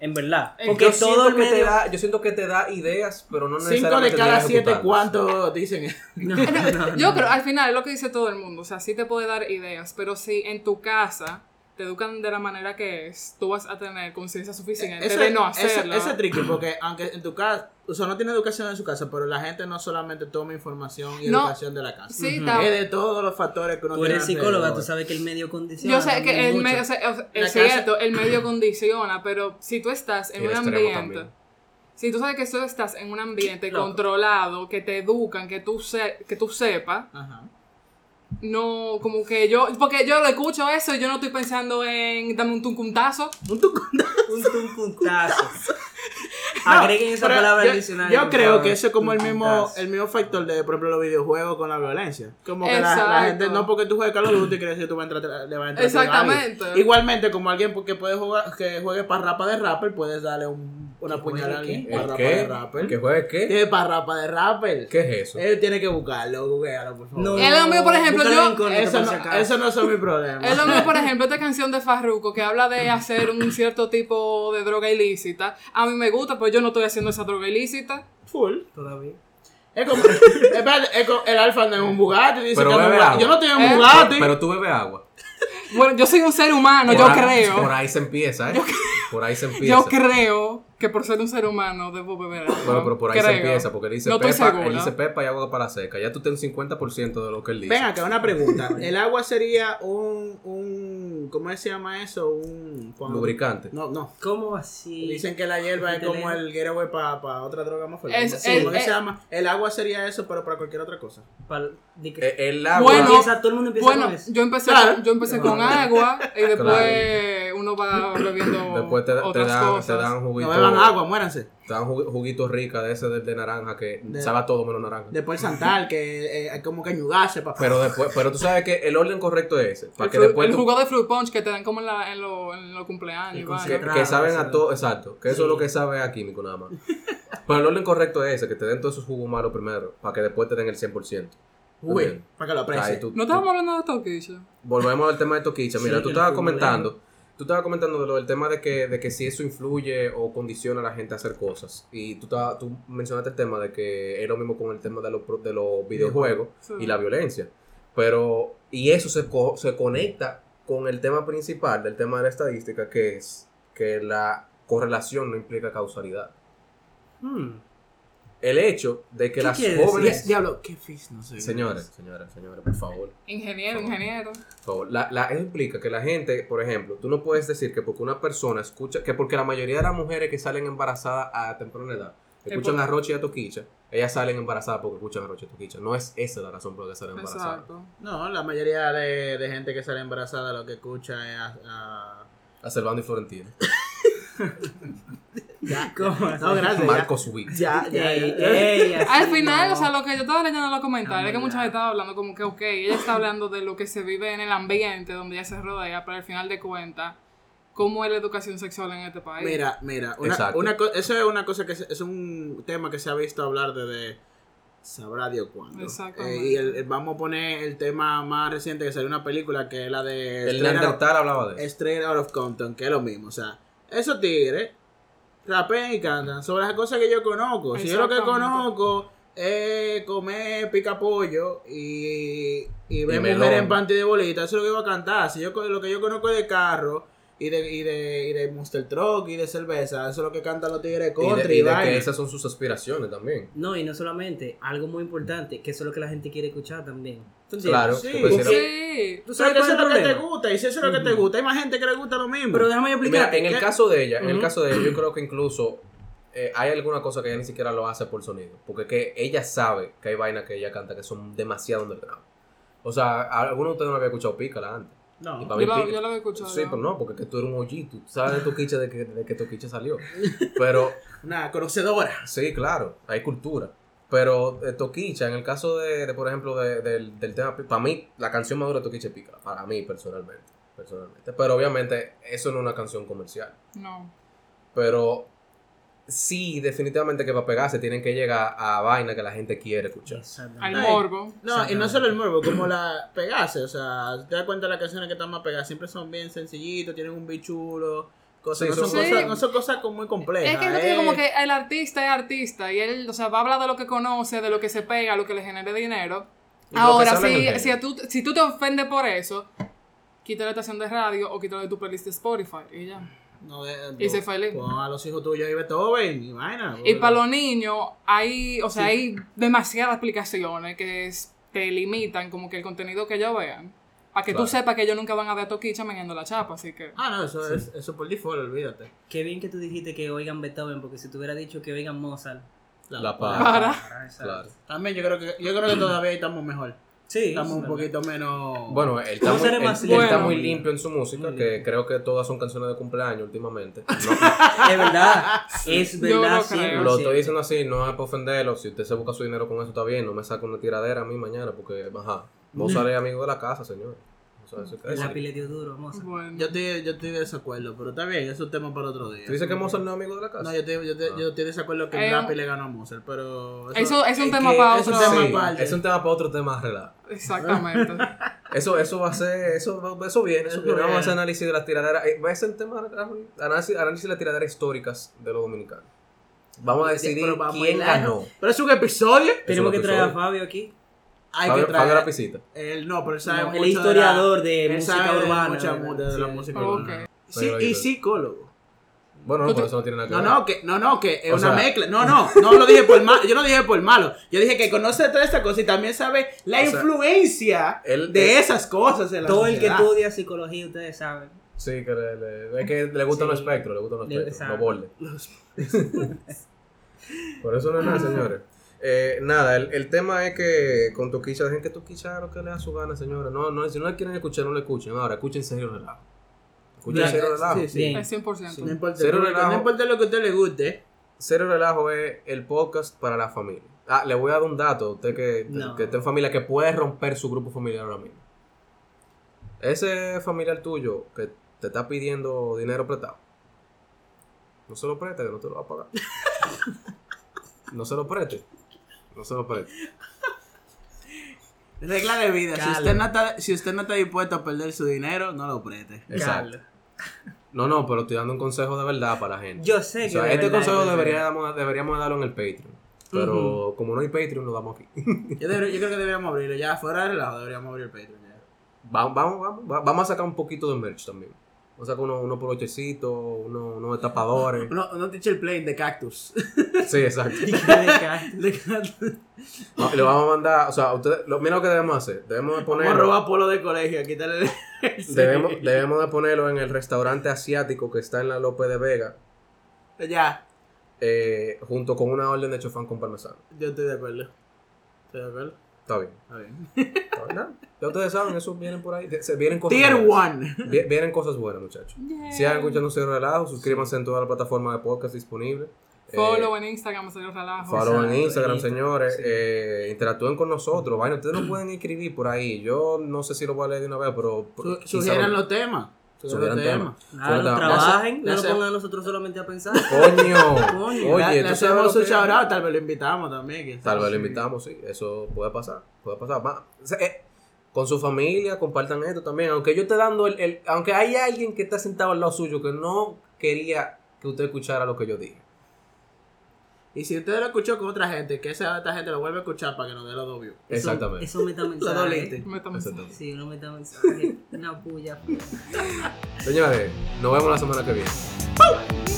En verdad. Eh, Porque yo todo el medio. da, yo siento que te da ideas, pero no Cinco de cada te siete, ejecutan. ¿cuántos dicen? No, no, no. Yo creo, al final, es lo que dice todo el mundo. O sea, sí te puede dar ideas, pero si en tu casa te educan de la manera que es, tú vas a tener conciencia suficiente Eh, Eso de no eso- hacerlo. eso es tricky porque aunque en tu casa, o sea, no tiene educación en su casa, pero la gente no solamente toma información y No. educación de la casa. sí, Ujú. está- Es de todos los factores que uno Tú eres tiene psicóloga, tú alrededor. sabes que el medio condiciona. Yo sé que el mucho. medio, o sea, o sea, La es casa- cierto, el medio condiciona, pero si tú estás en Y el un extremo ambiente, también. si tú sabes que tú estás en un ambiente Loco. controlado, que te educan, que tú se, que tú sepas, Ajá. no como que yo, porque yo lo escucho eso y yo no estoy pensando en dame un tuncuntazo. Un tucu- Un tuncuntazo. No, Agreguen esa pero palabra yo, al diccionario. Yo por creo favor. que eso es como el mismo, Tuncuntazo. el mismo factor de, por ejemplo, los videojuegos con la violencia. Como que la, la Exacto. gente, no porque tú juegues Call of Duty, crees que tú vas a entrar, le vas a entrar Exactamente. Igualmente, como alguien que puede jugar, que juegue parrapa de rapper, puedes darle un- una ¿Que puñalada a juegue alguien. qué? ¿El Parrapa qué? de rapper. ¿Que juegue qué? Tiene parrapa de rapper. ¿Qué es eso? Él tiene que buscarlo, googlealo, por favor. No, El hombre, por ejemplo, búscalo yo- en Cornetto, Eso por si no, acaso. eso no son mis problemas. Es lo mismo, por ejemplo, esta canción de Farruko que habla de hacer un cierto tipo de droga ilícita. A mí me gusta, pero yo no estoy haciendo esa droga ilícita. Full. Todavía. Es como, espérate, es como el alfa no es un Bugatti. Dice Pero que no bebe es Bugatti. agua. Yo no tengo un Eh, Bugatti. Pero tú bebes agua. Bueno, yo soy un ser humano, Por yo ahí- creo. Por ahí se empieza, ¿eh? Por ahí se empieza. Yo creo que por ser un ser humano debo beber agua. Bueno, pero por ahí se Creo. empieza, porque él dice, No estoy pepa, segura. él dice pepa y agua para seca. Ya tú tienes un 50% de lo que él dice. Ven acá, una pregunta. ¿El agua sería un, un ¿cómo se llama eso? Un cuando- Lubricante. No, no. ¿Cómo así? Dicen que la hierba es como el getaway para otra droga más fuerte. Es- eh, ¿Cómo es- que se es- llama? El agua sería eso, pero para cualquier otra cosa. Pal- de que- Eh, El agua. Bueno. Empieza- todo el mundo empieza Bueno, con eso. yo empecé, Claro. yo empecé con Claro. agua y después uno va bebiendo Después te, te otras dan, te cosas. dan juguito. No beban agua, muéranse. Te dan jugu- juguito rica de ese de, de naranja que De- sabe a todo menos naranja. Después el santal, que eh, hay como que añugarse. pa- Pero después, pero tú sabes que el orden correcto es ese. Para el, que fru- después el tú- jugo de fruit punch que te dan como en, la- en lo- en los cumpleaños. El y vaina. que, Claro, que saben sí. a todo, exacto. Que eso Sí. es lo que sabe a químico nada más. Pero el orden correcto es ese, que te den todos esos jugos malos primero, para que después te den el 100%. Uy, También. para que lo Ahí aprecie. tú- No tú- estábamos hablando de toquilla. volvemos al tema de Toquicha. Mira, Sí, tú el estabas futbolero. comentando, tú estabas comentando de lo del tema de que, de que si eso influye o condiciona a la gente a hacer cosas. Y tú, estabas- tú mencionaste el tema de que es lo mismo con el tema de los, pro- de los videojuegos Sí. y la violencia. Pero, y eso se, co- se conecta con el tema principal del tema de la estadística, que es que la correlación no implica causalidad. Hmm. El hecho de que ¿Qué las quiere decir? jóvenes... Diablo, qué fis, no sé. Señores, señores, señores, por favor. Ingeniero, Por favor. ingeniero. Por favor, La, la- eso implica que la gente, por ejemplo, tú no puedes decir que porque una persona escucha, que porque la mayoría de las mujeres que salen embarazadas a temprana edad escuchan por- a Roche y a Toquicha, ellas salen embarazadas porque escuchan a Roche y a Toquicha. No es esa la razón por la que salen embarazadas. Exacto. No, la mayoría de, de gente que sale embarazada lo que escucha es a- a A Servando y Florentino. Ya. ¿Cómo así? No, gracias. ya. Marcos Witt. Ya, ya, Eh, Ey, ya. ey, así Al final, no. o sea, lo que yo estaba leyendo en los comentarios Ah, es que mucha verdad. gente estaba hablando como que, ok, ella está hablando de lo que se vive en el ambiente donde ella se rodea, pero al final de cuentas, ¿cómo es la educación sexual en este país? Mira, mira, una, Exacto. una co- eso es una cosa que se- es un tema que se ha visto hablar desde sabrá Dios cuándo. Exactamente. Eh, y el- el- vamos a poner el tema más reciente que salió en una película que es la de El Straight Out- Neandertal hablaba de eso. Straight Out of Compton, que es lo mismo, o sea, esos tigres rapean y cantan sobre las cosas que yo conozco. Si yo lo que Exactamente. conozco es comer pica pollo y, y ver Y melón. mujeres en panty de bolita, eso es lo que iba a cantar. Si yo co- lo que yo conozco es de carro y de, y de, y de Monster Truck y de cerveza, eso es lo que cantan los tigres Y contra de, y, y de vaina. que esas son sus aspiraciones también. No, y no solamente, algo muy importante, que eso es lo que la gente quiere escuchar también. ¿Tú entiendes? Claro. Sí. que puede ser- Porque- Sí. ¿Tú sabes Porque eso cuál es es el lo que te problema? gusta y si eso es lo que te Ujú. gusta, hay más gente que le gusta lo mismo. Pero déjame yo Mira, explicarte. en el ¿qué? caso de ella, en el Ujú. caso de ella, yo creo que incluso eh, hay alguna cosa que ella ni siquiera lo hace por sonido. Porque que ella sabe que hay vainas que ella canta que son demasiado underground. O sea, alguno de ustedes no había escuchado Pícala antes. No. Y para Ah, Yo mí lo, Pícala- yo lo he escuchado. Sí, pero no, porque que tú eres un OG, tú sabes de tu quiche de que, de que tu quiche salió. Pero Una conocedora. Sí, claro, hay cultura. Pero eh, Toquicha, en el caso de, de, por ejemplo, de- del, del tema, para mí, la canción más dura de Toquicha es Pícara, para mí personalmente, personalmente. Pero obviamente, eso no es una canción comercial. No. Pero sí, definitivamente que para pegarse tienen que llegar a vaina que la gente quiere escuchar. Exactamente. Al Ay. morbo. No, y no solo el morbo, como la pegase, o sea, si te das cuenta las canciones que están más pegadas, siempre son bien sencillitos, tienen un beat chulo, cosas, Sí, no, son son- cosas Sí. no son cosas como muy complejas. Es que, yo te eh. digo como que el artista es artista y él, o sea, va a hablar de lo que conoce, de lo que se pega, lo que le genere dinero. Y lo que Ahora, sale en si, el si, a tú, si tú te ofendes por eso, quítale la estación de radio o quítale tu playlist de Spotify y ya. No, eh, Y se feliz. Pon a los hijos tuyos y Beethoven, y vaina. Y porque- para los niños hay, o sea, hay demasiadas aplicaciones que es- te limitan como que el contenido que ellos vean. Para que Claro. tú sepas que ellos nunca van a ver a Toquicha meneando la chapa, así que... Ah, no, eso es eso por default, olvídate. Qué bien que tú dijiste que oigan Beethoven, porque si te hubiera dicho que oigan Mozart. La pa- pa- Para. Ah, exacto. Claro. También yo creo que yo creo que todavía ahí estamos mejor. Sí. Estamos un sí, poquito menos Bueno, él está, Vamos muy, a ser él- más él está bueno. muy limpio en su música, Muy que limpio. creo que todas son canciones de cumpleaños últimamente. No, verdad. Es verdad. Es Yo verdad. no creo. 100%. lo estoy diciendo así, no es para ofenderlo. Si usted se busca su dinero con eso, está bien. No me saca una tiradera a mí mañana, porque, ajá, vos seré amigo de la casa, señor. O sea, eso- eso- La pile dio duro, Mozart. Bueno. yo estoy, yo estoy de desacuerdo, pero está bien, eso es un tema para otro día. ¿Tú dices que Mozart no es amigo de la casa? No, yo estoy, yo estoy, yo estoy de desacuerdo que Eh, Rappi le ganó a Mozart, pero Eso es un Es tema que para es un otro... tema Sí, aparte. es un tema para otro tema relajo. Exactamente. Eso, eso va a ser, eso, va- eso viene, eso Eso viene. Vamos a viene. hacer análisis de las tiraderas. eh, Va a ser el tema análisis, análisis de las tiraderas históricas de los dominicanos. Vamos a decidir Pero vamos quién a hilar. ganó. Pero es un episodio. Tenemos es que lo que traer a soy. Fabio aquí. Hay Fabio- que Fabio traer. Lapicita. Él no, pero él sabe No, mucho el de la- historiador de, él música sabe de urbana. mucha ¿verdad? mu- de la música urbana. ok. Sí, Fabio y Lapicita. psicólogo. Bueno, no, Tú por te- eso no tiene nada que No, ver. no, que, no, no, que es O una sea- mezcla. No, no, no lo dije por malo. Yo no dije por malo. Yo dije que conoce todas estas cosas y también sabe la O sea, influencia él- de él- esas cosas en la Todo el que sociedad. estudia psicología, ustedes saben. Sí, que le, le- es que le gustan Sí. los espectros, le gustan los Le- espectros, exacto. los bordes. Por eso no es nada, señores. Eh, nada, el, el tema es que con Toquicha, dejen que Toquicha haga lo que le da su gana, señores. No, no, si no le quieren escuchar, no le escuchen. Ahora, escuchen serio relajo. Escuchen Bien, serio relajo. Sí, sí. Bien. Es 100%. No importa, Cero no relajo. importa lo que a usted le guste. Serio relajo es el podcast para la familia. Ah, le voy a dar un dato a usted que, No. que está en familia que puede romper su grupo familiar ahora mismo. Ese familiar tuyo que te está pidiendo dinero prestado, no se lo preste, que no te lo va a pagar. no se lo preste. No se lo preste. Regla de vida. Si Cala. usted, no está, si usted no está dispuesto a perder su dinero, no lo preste. Exacto. Carlos. No, no, pero estoy dando un consejo de verdad para la gente. Yo sé O que. sea, de este verdad, consejo esto es verdad. deberíamos, deberíamos darlo en el Patreon. Pero como no hay Patreon, lo damos aquí. Yo, debería- yo creo que deberíamos abrirlo. Ya fuera de relajo, deberíamos abrir el Patreon. ya. Va- Vamos, vamos, va- vamos a sacar un poquito de merch también. Vamos a sacar unos uno polochecitos, unos unos tapadores. No, no te eche el plane de cactus. sí, exacto. Y que de ca- de cactus. Va- Lo vamos a mandar, o sea, ustedes, lo, mira lo que debemos hacer. Debemos Vamos de a ponerlo, robar polo de colegio, quítale el... sí. debemos, debemos de ponerlo en el restaurante asiático que está en la López de Vega, Ya, eh, junto con una orden de chofán con parmesano. yo estoy de acuerdo. Estoy de acuerdo. Está bien. Está bien. Está bien, nada. Ya ustedes saben, eso vienen por ahí. Se- Vienen cosas Tier buenas. 1. Vi- Vienen cosas buenas, muchachos. Yay. Sigan escuchando Cero Relajo, suscríbanse en todas las plataformas de podcast disponibles. Eh, Follow en Instagram, se los relajo. Follow en Exacto, Instagram, en Instagram, señores. sí. Eh, interactúen con nosotros. Vaina, ustedes nos pueden escribir por ahí. Yo no sé si lo voy a leer de una vez, pero. pero quizá Sugieran lo- los temas. Sugieran Sugieran los temas. Ah, no Suelta. trabajen, La no lo se- pongan a nosotros solamente a pensar. Coño. Coño. Oye, Le- ¿tú le sabes hacemos lo que su es? shout out, tal vez lo invitamos también. quién Tal sabe. vez lo invitamos, sí. Eso puede pasar. Puede pasar. Va, o sea, eh, con su familia, compartan esto también. Aunque yo esté dando el, el- Aunque hay alguien que está sentado al lado suyo que no quería que usted escuchara lo que yo dije. Y si usted lo escuchó con otra gente, que esa otra gente lo vuelve a escuchar para que nos dé los dos views. Eso- Exactamente. Eso meta Los dos listos. mensaje. Métanse. Exactamente. Sí, lo meta mensaje. Una puya. Señores, nos vemos la semana que viene. Yay.